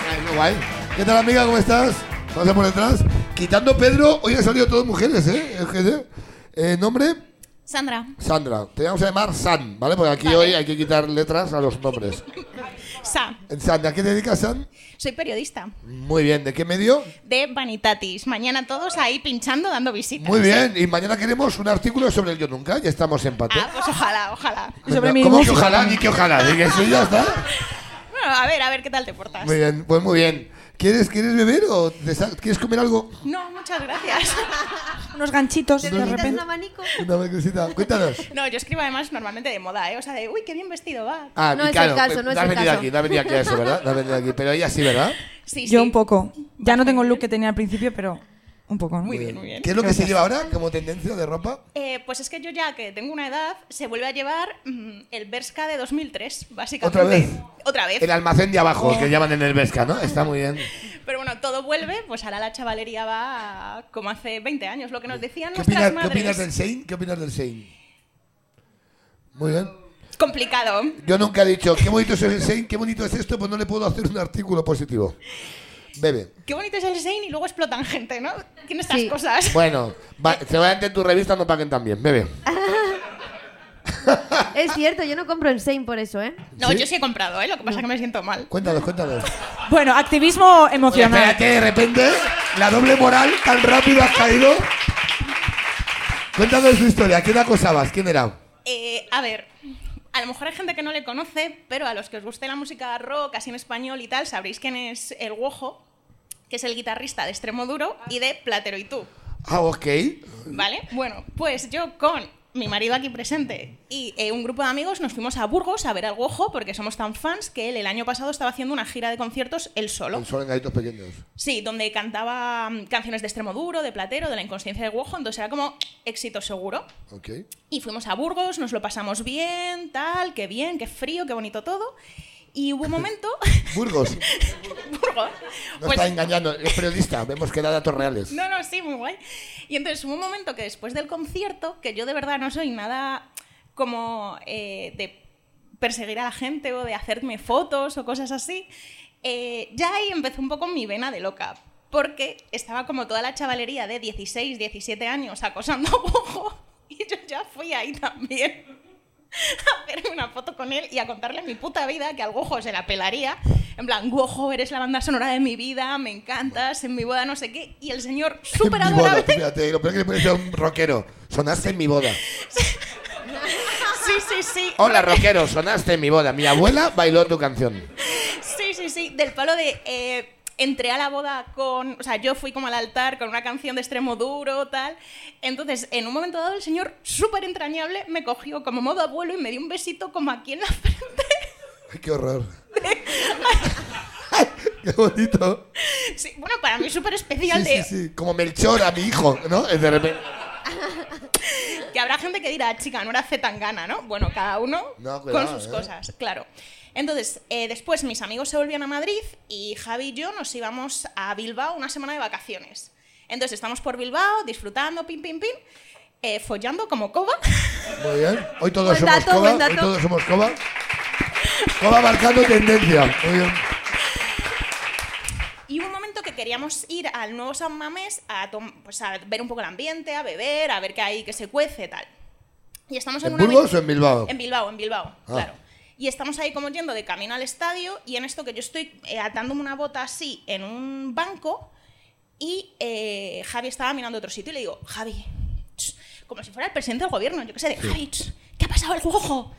B: Ay, no, guay. ¿Qué tal, amiga? ¿Cómo estás? Pasa por detrás. Quitando Pedro, hoy han salido todas mujeres, ¿eh? El GD. Eh, nombre,
J: Sandra.
B: Sandra, te vamos a llamar San, ¿vale? Porque aquí hoy hay que quitar letras a los nombres.
J: Sa.
B: San, ¿a qué te dedicas, San?
J: Soy periodista
B: Muy bien, ¿de qué medio?
J: de Vanitatis. Mañana todos ahí pinchando, dando visitas.
B: Muy bien, y mañana queremos un artículo sobre el Yo Nunca, ya estamos en empate.
J: Ah, pues ojalá, ojalá.
B: Venga, ¿Cómo que ojalá? Ni que ojalá, ni que sí, ya está.
J: Bueno, a ver, a ver qué tal te portas.
B: Muy bien, pues muy bien. ¿Quieres, quieres beber o te sa- quieres comer algo?
J: No, muchas [laughs] gracias.
G: Unos ganchitos de
D: ¿Necesitas un
G: repente.
D: abanico?
B: Una marquesita, cuéntanos.
J: No, yo escribo además normalmente de moda, ¿eh? O sea, de, uy, qué bien vestido va.
B: Ah,
D: No
B: y
D: es
B: claro,
D: el caso, no es
B: has
D: el
B: venido
D: caso.
B: aquí, no has venido aquí a eso, ¿verdad? No has venido aquí, pero ella sí, ¿verdad?
J: Sí, sí.
G: Yo un poco. Ya no tengo el look que tenía al principio, pero un poco, ¿no? Muy
B: ¿Qué es lo que se lleva ahora como tendencia de ropa?
J: Eh, pues es que yo ya que tengo una edad, se vuelve a llevar mm, el Berska de 2003, básicamente.
B: ¿Otra vez?
J: Otra vez.
B: El almacén de abajo, que llaman en el Vesca, ¿no? Está muy bien.
J: Pero bueno, todo vuelve, pues ahora la chavalería va a- como hace 20 años, lo que nos decían
B: ¿Qué
J: nuestras
B: opinas, ¿Qué
J: madres.
B: opinas del Sein? ¿Qué opinas del Sein? Muy bien.
J: Complicado.
B: Yo nunca he dicho, qué bonito es el Sein, qué bonito es esto, pues no le puedo hacer un artículo positivo.
J: [laughs]
B: Bebe.
J: Qué bonito es el Zane y luego explotan gente, ¿no? Tiene estas
D: Sí.
J: cosas.
B: Bueno, va- seguramente en tu revista no paguen tan bien. Bebe.
D: Es cierto, yo no compro en Sein por eso, ¿eh?
J: No,
B: ¿Sí?
J: yo sí he comprado, ¿eh? Lo que pasa es que me siento mal.
B: Cuéntanos, cuéntanos.
G: Bueno, activismo
B: Oye,
G: emocional.
B: espérate, de repente, la doble moral, tan rápido has caído. Cuéntanos tu historia, ¿quién acosabas? ¿Quién era?
J: Eh, a ver, a lo mejor hay gente que no le conoce, pero a los que os guste la música rock, así en español y tal, sabréis quién es el Guojo, que es el guitarrista de Extremo Duro y de Platero y tú,
B: Ah, ok.
J: ¿vale? Bueno, pues yo con mi marido aquí presente y eh, un grupo de amigos nos fuimos a Burgos a ver al Guojo porque somos tan fans que él el año pasado estaba haciendo una gira de conciertos él solo.
B: Son gaitos pequeños.
J: Sí, donde cantaba mm, canciones de Extremo Duro, de Platero, de la inconsciencia del Guojo, entonces era como éxito seguro.
B: Ok.
J: Y fuimos a Burgos, nos lo pasamos bien, tal, qué bien, qué frío, qué bonito todo. Y hubo un momento. [laughs]
B: Burgos,
J: Burgos.
B: no
J: pues-
B: está engañando, es periodista, vemos que da datos reales.
J: no, no, sí, muy guay. Y entonces hubo un momento que después del concierto, que yo de verdad no soy nada como eh, de perseguir a la gente o de hacerme fotos o cosas así, eh, ya ahí empezó un poco mi vena de loca. Porque estaba como toda la chavalería de 16, 17 años acosando a Bojo [laughs] y yo ya fui ahí también [laughs] a hacerme una foto con él y a contarle mi puta vida que al Gojo se la pelaría. En plan, Gojo, eres la banda sonora de mi vida, me encantas, en mi boda no sé qué. Y el señor, súper
B: [laughs] en mi boda, pues
J: adorable.
B: fíjate, lo peor que le puede decir a un rockero, sonaste en mi boda.
J: Sí, sí, sí.
B: Hola, rockero, sonaste en mi boda. Mi abuela bailó tu canción.
J: Sí, sí, sí. Del palo de. eh, entré a la boda con. O sea, yo fui como al altar con una canción de extremo duro, tal. Entonces, en un momento dado, el señor, súper entrañable, me cogió como modo abuelo y me dio un besito como aquí en la frente.
B: Ay, qué horror. Ay, qué bonito.
J: Sí, bueno, para mí súper especial
B: Sí,
J: de.
B: sí, sí, como Melchor a mi hijo, ¿no? De repente.
J: [laughs] Que habrá gente que dirá, chica, no era Zetangana, ¿no? Bueno, cada uno
B: No, cuidado,
J: con sus
B: ¿eh?
J: cosas, claro. Entonces, eh, después mis amigos se volvían a Madrid y Javi y yo nos íbamos a Bilbao una semana de vacaciones. Entonces, estamos por Bilbao, disfrutando, pim, pim, pim, eh, follando como coba.
B: Muy bien. Hoy todos
D: Buen
B: somos
D: dato,
B: Coba.
D: buen
B: Hoy
D: dato.
B: todos somos Coba. Coba marcando tendencia. Muy bien.
J: Y hubo un momento que queríamos ir al nuevo San Mamés a, tom- pues, a ver un poco el ambiente, a beber, a ver qué hay que se cuece, tal. Y estamos en,
B: ¿En
J: una
B: Burgos
J: habita-
B: o en Bilbao?
J: En Bilbao, en Bilbao,
B: Ah.
J: claro. Y estamos ahí como yendo de camino al estadio y en esto que yo estoy eh, atándome una bota así en un banco y eh, Javi estaba mirando a otro sitio y le digo, Javi, ch", como si fuera el presidente del gobierno, yo qué sé, de, Javi, ch, ¿qué ha pasado el juego? Como-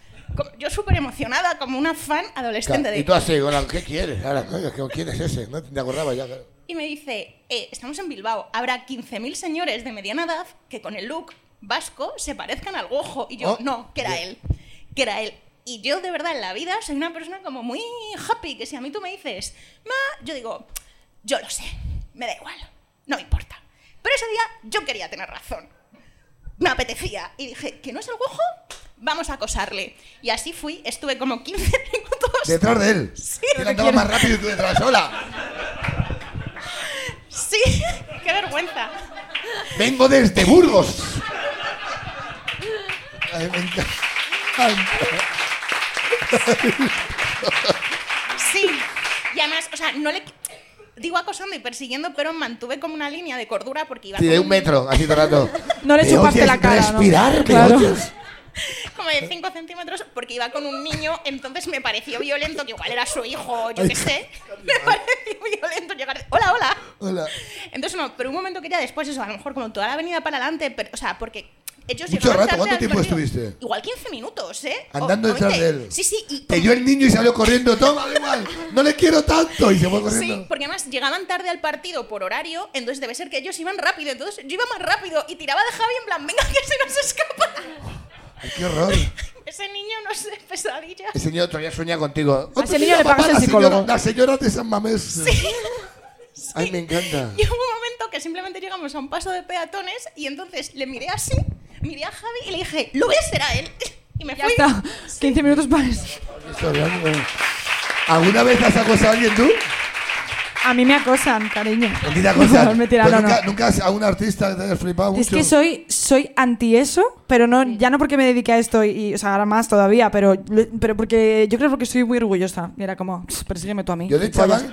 J: Yo súper emocionada, como una fan adolescente de...
B: Y tú así, hola, ¿qué quieres? Ahora, coño, ¿qué- ¿quién es ese? No te acordaba ya. claro.
J: Y me dice, eh, estamos en Bilbao, habrá 15.000 señores de mediana edad que con el look vasco se parezcan al gojo. Y yo,
B: Oh,
J: no, que era
B: bien.
J: él, que era él. Y yo de verdad en la vida soy una persona como muy happy, que si a mí tú me dices, ma, yo digo, yo lo sé, me da igual, no me importa. Pero ese día yo quería tener razón, me apetecía. Y dije, ¿que no es el gojo? Vamos a acosarle. Y así fui, estuve como 15 minutos.
B: Detrás de él. él
J: lo
B: andaba
J: quiero.
B: más rápido y tú detrás. Hola,
J: [laughs] Sí, qué vergüenza.
B: vengo desde Burgos. Ay, me encanta.
J: Sí. Y además, o sea, no le. digo acosando y persiguiendo, pero mantuve como una línea de cordura porque iba
I: Sí, de
J: con-
I: un metro, así todo el rato.
J: No le
I: ¿Me
J: chupaste
I: oyes
J: la cara, ¿no?
I: Respirar, ¿me
J: Claro.
I: oyes?
J: como de 5 centímetros porque iba con un niño, entonces me pareció violento, que igual era su hijo, yo qué sé. [laughs] Me pareció violento llegar. Hola, hola.
B: Hola.
J: Entonces, no, pero un momento que ya después, eso, a lo mejor como toda la avenida para adelante, pero, o sea, porque ellos
B: Mucho
J: llegaron
B: rato,
J: tarde
B: ¿cuánto
J: al
B: tiempo
J: colegio.
B: estuviste?
J: Igual 15 minutos, ¿eh? O-
B: Andando
J: o
B: detrás
J: 20.
B: de él.
J: Sí, sí, y
B: Te dio el niño y salió corriendo. Toma, da igual. No le quiero tanto. Y se fue corriendo.
J: Sí, porque además llegaban tarde al partido por horario, entonces debe ser que ellos iban rápido. Entonces yo iba más rápido y tiraba de Javi en plan, venga, que se nos escapa.
I: Ay, qué horror.
J: [laughs] Ese niño, no sé, pesadilla.
I: Ese niño todavía sueña contigo.
J: A ese niño le
B: Papá,
J: pagas el
B: la señora-
J: psicólogo.
B: La señora de San Mamés.
J: [laughs]
I: Ay, me encanta.
J: Y hubo un momento que simplemente llegamos a un paso de peatones y entonces le miré así, miré a Javi y le dije, ¿lo ves? Será él. [laughs] Y me
G: Ya
J: fui.
G: está. 15 minutos más.
B: ¿Alguna vez has acosado
G: [laughs]
B: a alguien tú?
G: A mí me acosan, cariño.
B: A ti te
G: No, [laughs]
B: acosan.
G: me tiran,
B: Pero
G: no,
B: Pues nunca,
G: no.
B: nunca has- a un artista que te hayas flipado mucho.
G: Es que soy, soy anti eso, pero no, ya no porque me dedique a esto y, y, o sea, ahora más todavía, pero, pero porque yo creo porque soy muy orgullosa. Y era como, "Pss, persígueme tú a mí.
B: Yo de
G: gilipollas".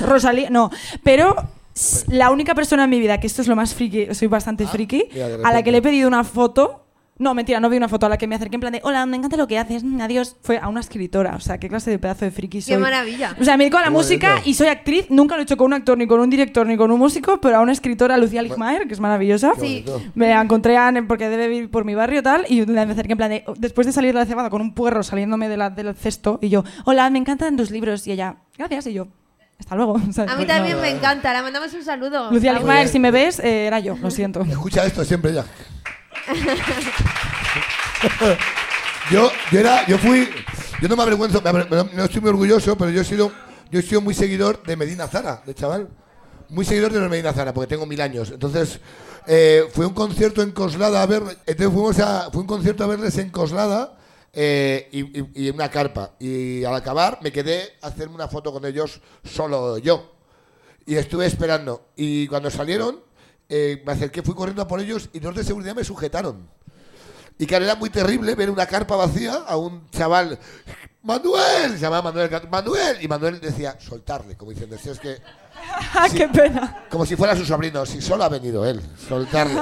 G: Rosalía, no. Pero s-
K: Pues-
G: la única persona en mi vida, que esto es lo más friki, soy bastante friki,
K: Ah, mira, de
G: a la
K: repente.
G: que le he pedido una foto. No, mentira, no vi una foto a la que me acerqué en plan de hola, me encanta lo que haces, mm, adiós. Fue a una escritora, o sea, qué clase de pedazo de friki soy.
D: maravilla.
G: O sea, me dedico a la
D: Qué
G: música
D: bonito.
G: y soy actriz. Nunca lo he hecho con un actor, ni con un director, ni con un músico, pero a una escritora, Lucía Ligmaer, que es maravillosa.
D: Sí.
G: Me la encontré a- porque debe vivir por mi barrio tal y me acerqué en plan de, después de salir de la cebada con un puerro saliéndome de la- del cesto y yo, hola, me encantan tus libros y ella, gracias y yo, hasta luego. [laughs] ¿sabes?
D: A mí
G: Pues
D: también
G: no.
D: me encanta. Le mandamos un saludo.
G: Lucía
D: A-
G: Ligmaer, si me ves, eh, era yo, lo siento.
B: Escucha esto siempre ya. [laughs] yo, yo era, yo fui, yo no me avergüenzo, me aver- no- no estoy muy orgulloso, pero yo he sido, yo he sido muy seguidor de Medina Zara, de chaval. Muy seguidor de Medina Zara, porque tengo mil años. Entonces, eh, fue un concierto en Coslada a ver, entonces fuimos a, fue un concierto a verles en Coslada eh, y, y- y en una carpa. Y al acabar me quedé a hacerme una foto con ellos solo yo. Y estuve esperando. Y cuando salieron, eh, me acerqué, fui corriendo a por ellos y los de seguridad me sujetaron. Y claro, era muy terrible ver una carpa vacía a un chaval. ¡Manuel! Se llamaba Manuel. ¡Manuel! Y Manuel decía, soltarle, como diciendo, si es
G: [laughs]
B: que.
G: Ah, ¡Qué pena!
B: Como si fuera su sobrino, si solo ha venido él,
G: [laughs]
B: soltarle.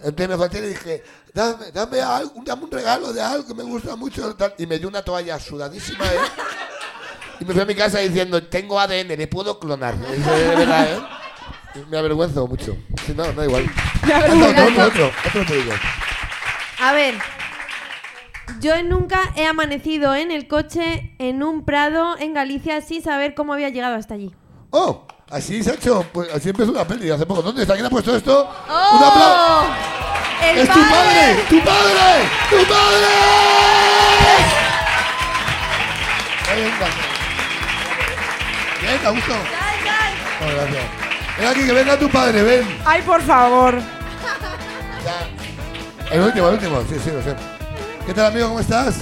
B: Entonces me falté y le dije, dame, dame, algo, dame un regalo de algo que me gusta mucho. tal. Y me dio una toalla sudadísima, ¿eh? Y me fui a mi casa diciendo, tengo ADN, le puedo clonar. Y dije, "De verdad, ¿eh? Me avergüenzo mucho. Sí, no, da igual.
G: Me
B: Anda, otro, otro, otro te digo.
D: [laughs] A ver. Yo nunca he amanecido en el coche en un prado en Galicia sin saber cómo había llegado hasta allí.
B: Oh, así se ha hecho, pues, así empezó una peli hace poco. ¿Dónde está? ¿Quién ha puesto esto?
D: ¡Oh!
B: ¡Un aplauso!
D: ¡El
B: ¡Es tu padre! ¡Tu padre! ¡Tu padre! Ahí está. Bien, a gusto. Oh, gracias. Ven aquí, que venga tu padre, ven.
G: Ay, por favor.
B: El último, el último, sí, sí, lo sé. ¿Qué tal, amigo? ¿Cómo estás?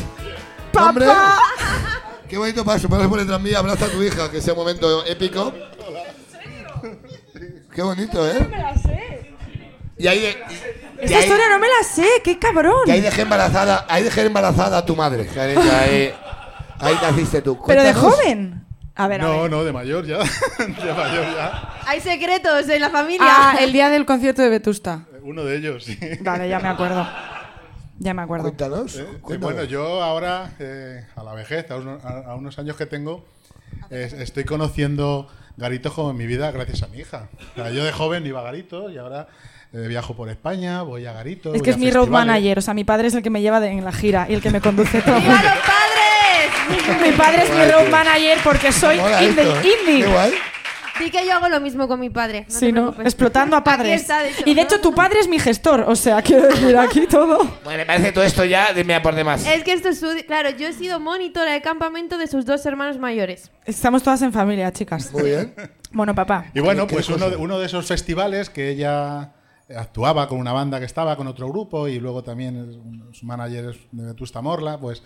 G: ¡Papá!
B: ¡Hombre! Qué bonito paso, paras por detrás mí, abraza a tu hija, que sea un momento épico. Qué bonito, ¿eh? Y ahí, y- y
G: Esta
B: ahí,
G: historia no me la sé, qué cabrón.
B: y ahí dejé embarazada, ahí dejé embarazada a tu madre. cariño, Ahí, ahí naciste tú.
G: Pero de
B: Cuéntanos.
G: joven. A ver, a ver.
L: No, no, de mayor ya. [laughs] de mayor ya.
D: Hay secretos en la familia.
G: Ah, el día del concierto de Vetusta.
L: Uno de ellos, sí.
G: Vale, ya me acuerdo. Ya me acuerdo.
B: Cuéntanos.
L: Eh, eh,
B: cuéntanos.
L: bueno, yo ahora, eh, a la vejez, a, uno- a- a unos años que tengo, es- estoy conociendo garitos como en mi vida gracias a mi hija. O sea, yo de joven iba a garitos y ahora eh, viajo por España, voy a garitos.
G: Es que
L: voy
G: es
L: a
G: mi road
B: ¿eh?
L: festivales.
G: manager, o sea, mi padre es el que me lleva de- en la gira y el que me
D: [laughs]
G: conduce todo. [laughs] mi padre es mi
L: Guay,
G: road
L: tío.
G: manager porque soy
L: Mola
G: indie.
L: esto, ¿eh?
G: indie.
L: Qué guay.
D: Di que yo hago lo mismo con mi padre. No
G: Sí,
D: te
G: ¿no?
D: preocupes.
G: Explotando a padres.
D: Aquí está, de hecho.
G: y de hecho, tu padre es mi gestor, o sea, quiero decir aquí todo.
I: Bueno, me parece todo esto ya, dime por demás.
D: Es que esto es su... Claro, yo he sido monitora de campamento de sus dos hermanos mayores.
G: Estamos todas en familia, chicas.
B: Muy bien.
G: Bueno, papá.
L: Y bueno,
G: ¿Qué- qué
L: pues uno
G: cosa?
L: de, uno de esos festivales que ella eh, actuaba con una banda que estaba con otro grupo y luego también es un- su manager es de Vetusta Morla, pues,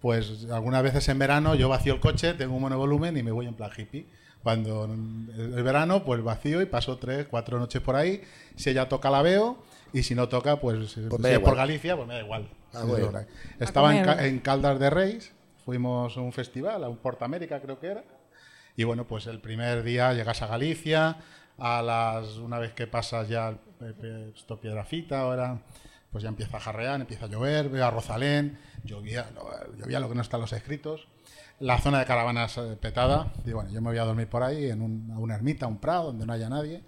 L: pues algunas veces en verano yo vacío el coche, tengo un monovolumen y me voy en plan hippie. Cuando mm, el el verano, pues vacío y paso tres, cuatro noches por ahí. Si ella toca, la veo. Y si no toca, pues, eh,
B: Pues me
L: si
B: da
L: es por
B: igual.
L: Galicia, pues me da igual.
B: Ah, bueno.
L: Estaba en,
B: comer.
L: Ca- en Caldas de Reis, fuimos a un festival, a un Porta América creo que era. Y bueno, pues el primer día llegas a Galicia, a las una vez que pasas ya eh, eh, esto Piedrafita, ahora pues ya empieza a jarrear, empieza a llover, veo a Rosalén, llovía, lo- llovía lo que no están los escritos, la zona de caravanas eh, petada, y bueno, yo me voy a dormir por ahí en un- a una ermita, a un prado, donde no haya nadie.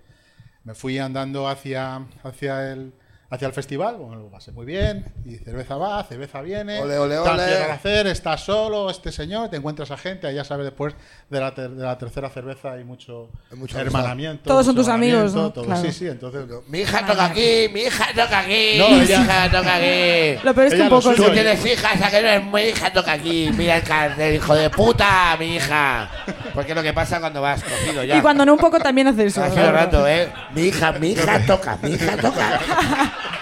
L: Me fui andando hacia, hacia, el, hacia el festival, bueno, lo pasé muy bien, y cerveza va, cerveza viene,
B: Ole, ole,
L: tal
B: ole.
L: quiero hacer, estás solo, este señor, te encuentras a gente, ahí ya sabes después de la, ter- de la tercera cerveza hay mucho, hermanamiento.
G: Todos son tus
L: hermanamiento,
G: amigos, ¿no?
L: todo,
G: Claro.
L: Sí, sí, entonces...
I: Mi hija toca aquí, mi hija toca aquí,
L: No,
I: mi
L: ella-
I: hija toca aquí.
L: Lo peor es que Ella un lo poco- suyo,
I: Tú
L: ¿eh?
I: tienes hijas, a que no es mi hija toca aquí. Mira el cartel, hijo de puta, mi hija. Porque es lo que pasa cuando vas cogido ya.
G: Y cuando no un poco también hace eso.
I: Hace un rato, ¿eh? Mi hija, mi hija toca, mi hija
G: [laughs]
I: toca.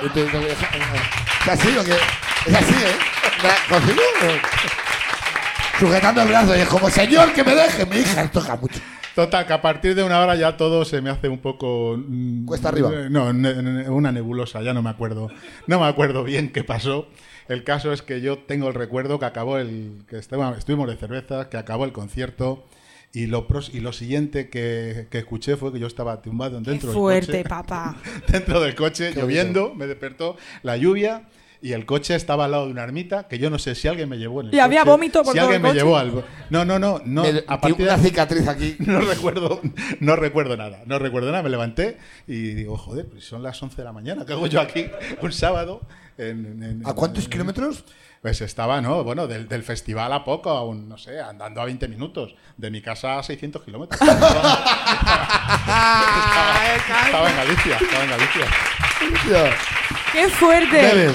I: Y tú- tú-
B: Es así lo que. Es así, ¿eh? La- consigo, eh, Sujetando el brazo y es como, señor, que me deje, mi hija toca mucho.
L: Total, que a partir de una hora ya todo se me hace un poco... mm,
B: Cuesta arriba.
L: eh, No, ne- ne- una nebulosa, ya no me acuerdo. No me acuerdo bien qué pasó. El caso es que yo tengo el recuerdo que acabó el... que estaba- estuvimos de cerveza, que acabó el concierto. Y lo, pros- y lo siguiente que, que escuché fue que yo estaba tumbado dentro del
G: Fuerte,
L: coche.
G: papá.
L: [laughs] dentro del coche,
B: Qué
L: lloviendo, me despertó la lluvia y el coche estaba al lado de una ermita que yo no sé si alguien me llevó en el
G: Y había
L: coche,
G: vómito por
L: si
G: todo
L: alguien
G: el
L: me
G: coche.
L: llevó algo. No, no, no, no.
B: Me-
L: a
B: tengo
L: partir de
B: una cicatriz aquí.
L: [laughs] no recuerdo, no recuerdo nada, no recuerdo nada. Me levanté y digo, joder, pues son las 11 de la mañana, ¿qué hago yo aquí [laughs] un sábado? en- en-
B: ¿A cuántos
L: en-
B: kilómetros?
L: Pues estaba, ¿no? Bueno, del, del festival a poco, a un, no sé, andando a 20 minutos. De mi casa a 600
G: [laughs]
L: kilómetros. Estaba en Galicia, estaba en Galicia.
G: ¡Qué fuerte!
B: Bebe.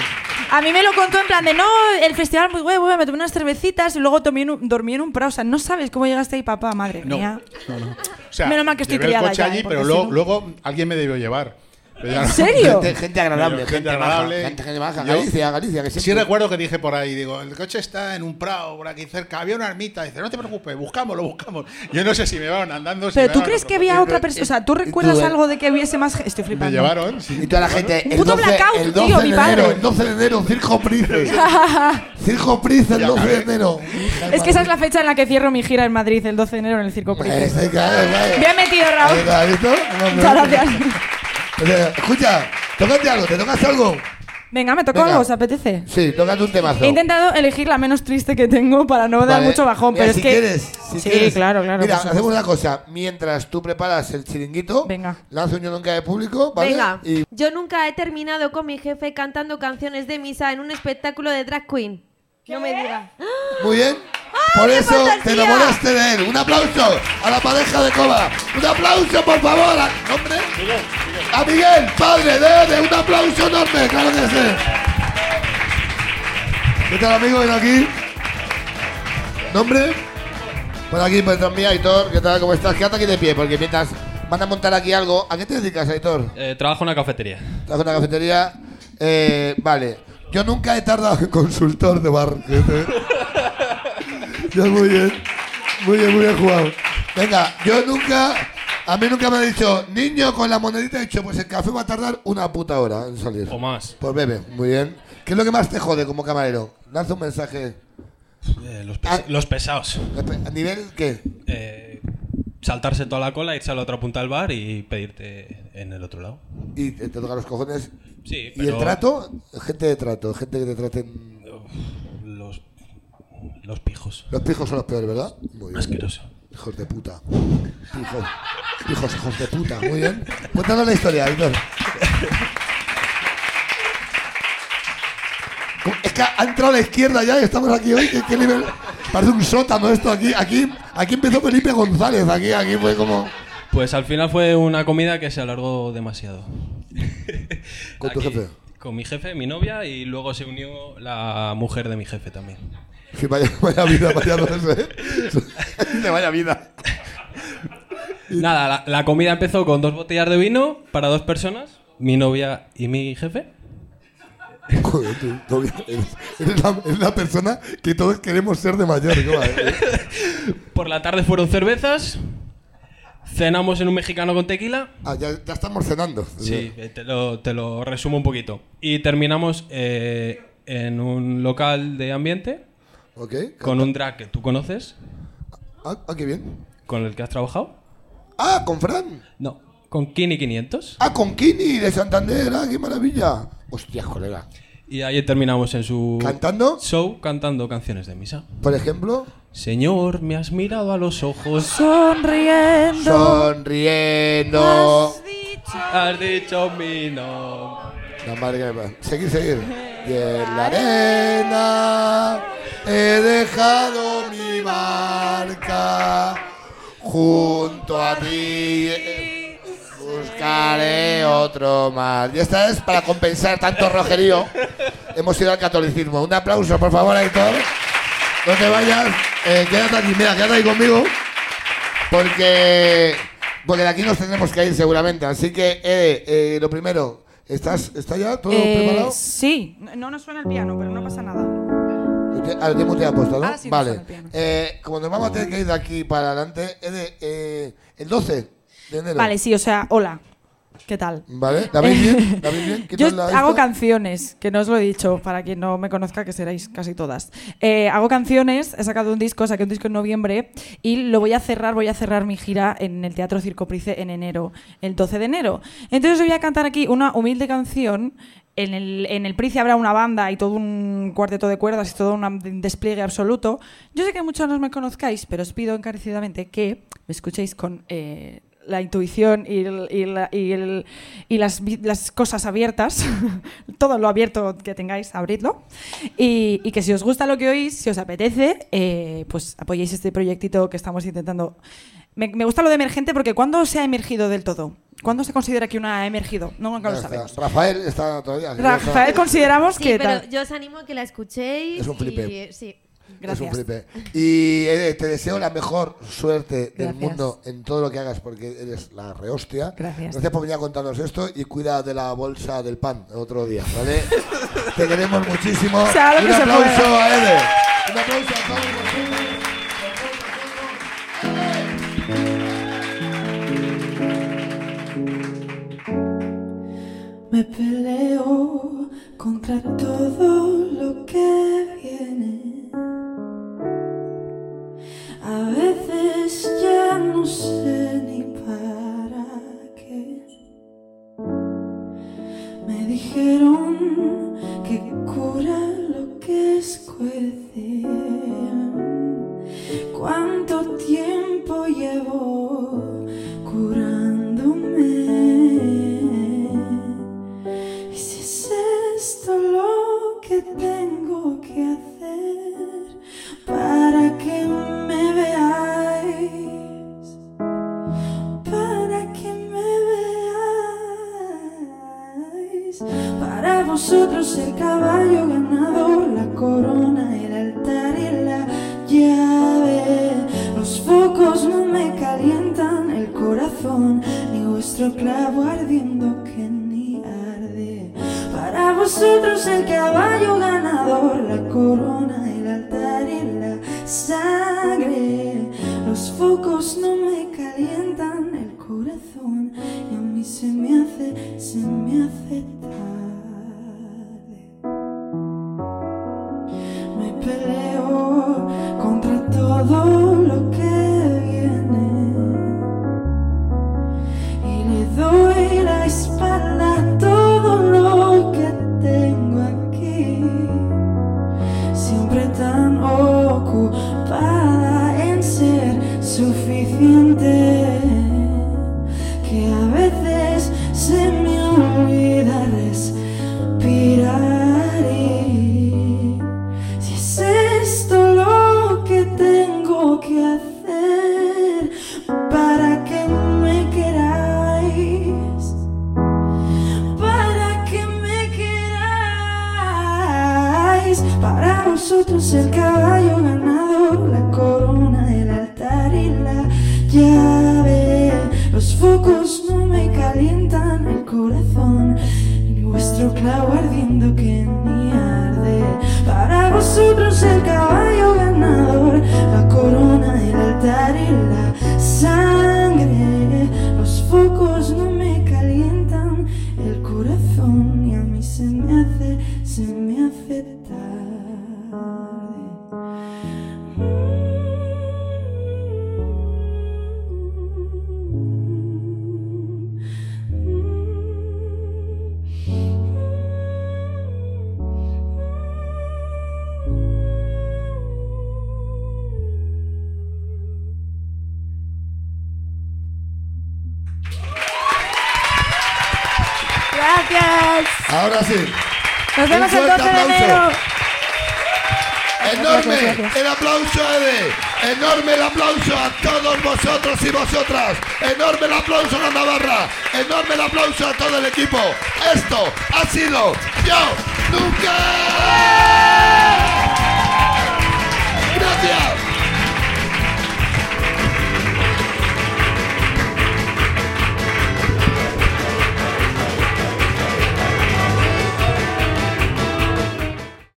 G: A mí me lo contó en plan de no, el festival muy guay, guay, me tomé unas cervecitas y luego tomé en un- dormí en un prado. O sea, no sabes cómo llegaste ahí, papá, madre
L: No,
G: mía.
L: no, no. O sea,
G: Menos mal que estoy
L: llevé el
G: criada
L: coche
G: ya,
L: allí,
G: ¿eh?
L: pero
G: Porque
L: luego,
G: si no-
L: luego alguien me debió llevar. Pero ya
G: ¿En
L: no-
G: serio?
I: Gente, gente agradable,
L: Medio
I: gente, agradable. gente, gente baja.
L: Yo-
I: Galicia, Galicia, que
L: Sí,
I: siempre-
L: recuerdo que dije por ahí, digo, el coche está en un prado por aquí cerca, había una ermita, dice, no te preocupes, buscamos, lo buscamos. Yo no sé si me llevaron andando. si
G: Pero
L: me
G: tú
L: llevaron
G: crees que
L: a otro
G: había otra persona. O sea, ¿tú recuerdas algo de que hubiese más gente? Estoy
L: Me
G: flipando.
L: llevaron, sí.
I: Y toda la gente.
G: Un
I: Eh, el
G: puto
I: 12
G: blackout, [laughs]
I: el
G: tío,
I: 12
G: mi
I: de
B: Pero
G: padre.
B: el 12 de enero, Circo Price. Circo Price, el 12 de enero.
G: es que esa es la fecha en la que cierro mi gira en Madrid, el 12 de enero en el Circo Price.
B: Ese, claro, claro.
G: Bien metido, Raúl.
B: Ahí va, ¿Visto? No, no,
G: Muchas
B: no.
G: gracias.
B: O sea, Escucha, tócate algo, ¿te tocas algo?
G: Venga, me tocó
B: Venga.
G: algo, ¿os apetece?
B: Sí, tócate un temazo.
G: He intentado elegir la menos triste que tengo para no dar
B: Vale.
G: mucho bajón,
B: Mira,
G: pero
B: si
G: es que.
B: Quieres, si
G: sí,
B: quieres.
G: claro, claro. por
B: Mira,
G: supuesto.
B: hacemos una cosa. Mientras tú preparas el chiringuito,
G: Venga.
B: lanza un yo nunca de público, ¿vale?
D: Venga,
B: Y
D: yo nunca he terminado con mi jefe cantando canciones de misa en un espectáculo de drag queen. No me digas.
B: muy bien. Por
D: qué
B: eso te
D: fantasía!
B: enamoraste de él. Un aplauso a la pareja de Coba. Un aplauso, por favor. A, ¿Nombre? A Miguel, padre de, de un aplauso enorme. Claro que sí. ¿Qué tal, amigo? Ven aquí. ¿Nombre? Por aquí, por detrás mía, Aitor. ¿Qué tal? ¿Cómo estás? Quédate aquí de pie, porque mientras van a montar aquí algo... ¿A qué te dedicas, Aitor?
K: Eh, trabajo en una cafetería.
B: Trabajo en una cafetería. Eh, vale. Yo nunca he tardado en consultor de bar. gente. Yo muy bien. Muy bien, muy bien jugado. Venga, yo nunca. A mí nunca me han dicho, niño con la monedita, he dicho, pues el café va a tardar una puta hora en salir.
K: O más.
B: Pues bebe, muy bien. ¿Qué es lo que más te jode como camarero? Lanza un mensaje.
K: Eh, los, pes-
B: Ah.
K: los pesados.
B: ¿A nivel qué?
K: Eh, saltarse toda la cola, irse a la otra punta del bar y pedirte en el otro lado.
B: Y te, te toca los cojones.
K: Sí,
B: ¿Y
K: pero-
B: el trato? Gente de trato, gente que te traten.
K: Los, los pijos.
B: Los pijos son los peores, ¿verdad? Muy bien.
K: Asqueroso.
B: Hijos de puta. Hijos, hijos, hijos de puta. Muy bien. Cuéntanos la historia, Víctor. Es que ha entrado a la izquierda ya y estamos aquí hoy. ¿Qué, qué nivel? Parece un sótano esto aquí. Aquí, aquí empezó Felipe González. Aquí, aquí fue como.
K: Pues al final fue una comida que se alargó demasiado.
B: [laughs] ¿Con tu jefe?
K: Con mi jefe, mi novia y luego se unió la mujer de mi jefe también.
B: Sí, vaya, vaya vida, ¿eh? vaya no sé. [laughs] De vaya vida.
K: Nada, la, la comida empezó con dos botellas de vino para dos personas, mi novia y mi jefe.
B: Joder, tú, tú eres, eres la, eres la persona que todos queremos ser de mayor. ¿no?
K: Por la tarde fueron cervezas, cenamos en un mexicano con tequila.
B: Ah, ya, ya estamos cenando.
K: Sí, eh, te lo, te lo resumo un poquito. Y terminamos eh, en un local de ambiente
B: Ok.
K: con un drag que tú conoces.
B: Ah, ah, qué bien.
K: ¿Con el que has trabajado?
B: Ah, con Fran.
K: No, con Kini 500.
B: Ah, con Kini de Santander. Ah, qué maravilla. Hostias, colega.
K: Y ahí terminamos en su
B: ¿Cantando?
K: show cantando canciones de misa.
B: Por ejemplo.
K: Señor, me has mirado a los ojos.
G: Sonriendo.
B: Sonriendo.
K: Has dicho mi nombre.
B: La madre que me parió. Seguir, seguir. Y en la arena he dejado mi marca junto a ti. Buscaré otro mar. Y esta es para compensar tanto rojerío. Hemos ido al catolicismo. Un aplauso, por favor, Aitor. No te vayas. Eh, quédate aquí, mira, quédate ahí conmigo. Porque, porque de aquí nos tendremos que ir seguramente. Así que, eh, eh, lo primero, ¿estás, ¿está ya todo
G: Eh,
B: preparado?
G: sí, no, no nos suena el piano, pero no pasa nada.
B: Al tiempo te he apostado, ¿no?
G: Ah, sí,
B: vale.
G: nos suena el piano.
B: Eh, como nos vamos a tener que ir de aquí para adelante, eh, de, eh, el 12 de enero.
G: Vale, sí, o sea, hola. ¿Qué tal?
B: ¿Vale? ¿La
G: [laughs]
B: veis bien? ¿La veis bien? ¿Qué
G: Yo
B: tal la
G: hago
B: esta?
G: canciones, que no os lo he dicho, para quien no me conozca, que seréis casi todas. Eh, hago canciones, he sacado un disco, saqué un disco en noviembre y lo voy a cerrar, voy a cerrar mi gira en el Teatro Circoprice en enero, el 12 de enero. Entonces os voy a cantar aquí una humilde canción. En el, en el Price habrá una banda y todo un cuarteto de cuerdas y todo un am- despliegue absoluto. Yo sé que muchos no me conozcáis, pero os pido encarecidamente que me escuchéis con eh, la intuición y, el- y la- y el- y las, vi- las cosas abiertas, [laughs] todo lo abierto que tengáis, abridlo. Y, y que si os gusta lo que oís, si os apetece, eh, pues apoyéis este proyectito que estamos intentando. Me, me gusta lo de emergente porque ¿cuándo se ha emergido del todo? ¿Cuándo se considera que una ha emergido? No, nunca lo
B: Ya está.
G: sabemos.
B: Rafael está todavía. aquí, ya está.
G: Rafael, consideramos
D: Sí,
G: que...
D: pero
G: tal.
D: yo os animo a que la escuchéis.
B: Es un flipe.
D: y, eh, sí.
B: Es un flipe. Y eh, te deseo la mejor suerte del
D: Gracias.
B: mundo en todo lo que hagas porque eres la rehostia.
G: Gracias.
B: Gracias por venir a contarnos esto y cuida de la bolsa del pan otro día, ¿vale? [laughs] te queremos muchísimo.
G: Se haga lo
B: Y un
G: que se
B: aplauso
G: pueda.
B: a Ede. Un
M: Me peleo contra todo lo que viene. A veces ya no sé ni para qué. Me dijeron que cura lo que escuece. ¿Cuánto tiempo llevo curándome? ¿Y si es esto lo que tengo que hacer para que me veáis? Para que me veáis. Para vosotros el caballo ganador, la corona, el altar y la llave. Los focos no me calientan el corazón, ni vuestro clavo ardiendo que ni arde. Para vosotros el caballo ganador, la corona, el altar y la sangre. Los focos no me calientan el corazón y a mí se me hace, se me hace tarde. Me peleo contra todo lo que viene y le doy la espalda a todo lo que tengo aquí siempre tan ocupada en ser suficiente que a veces se me olvida respirar y si es esto lo que tengo que hacer para que me queráis para que me queráis. Para vosotros el caballo ganador, la corona, el altar y la llave. Los focos no me calientan el corazón, ni vuestro clavo ardiendo que ni arde. Para vosotros el caballo ganador, la corona, el altar y la sangre. Los focos no me calientan el corazón y a mí se me hace, se me hace tarde. Mm.
G: Gracias.
B: Ahora sí.
G: Nos vemos
B: Un
G: el
B: fuerte
G: 12 de
B: aplauso.
G: enero.
B: Enorme
G: Gracias, gracias.
B: el aplauso Ede, enorme el aplauso a todos vosotros y vosotras, enorme el aplauso a la Navarra, enorme el aplauso a todo el equipo. Esto ha sido yo nunca. Gracias.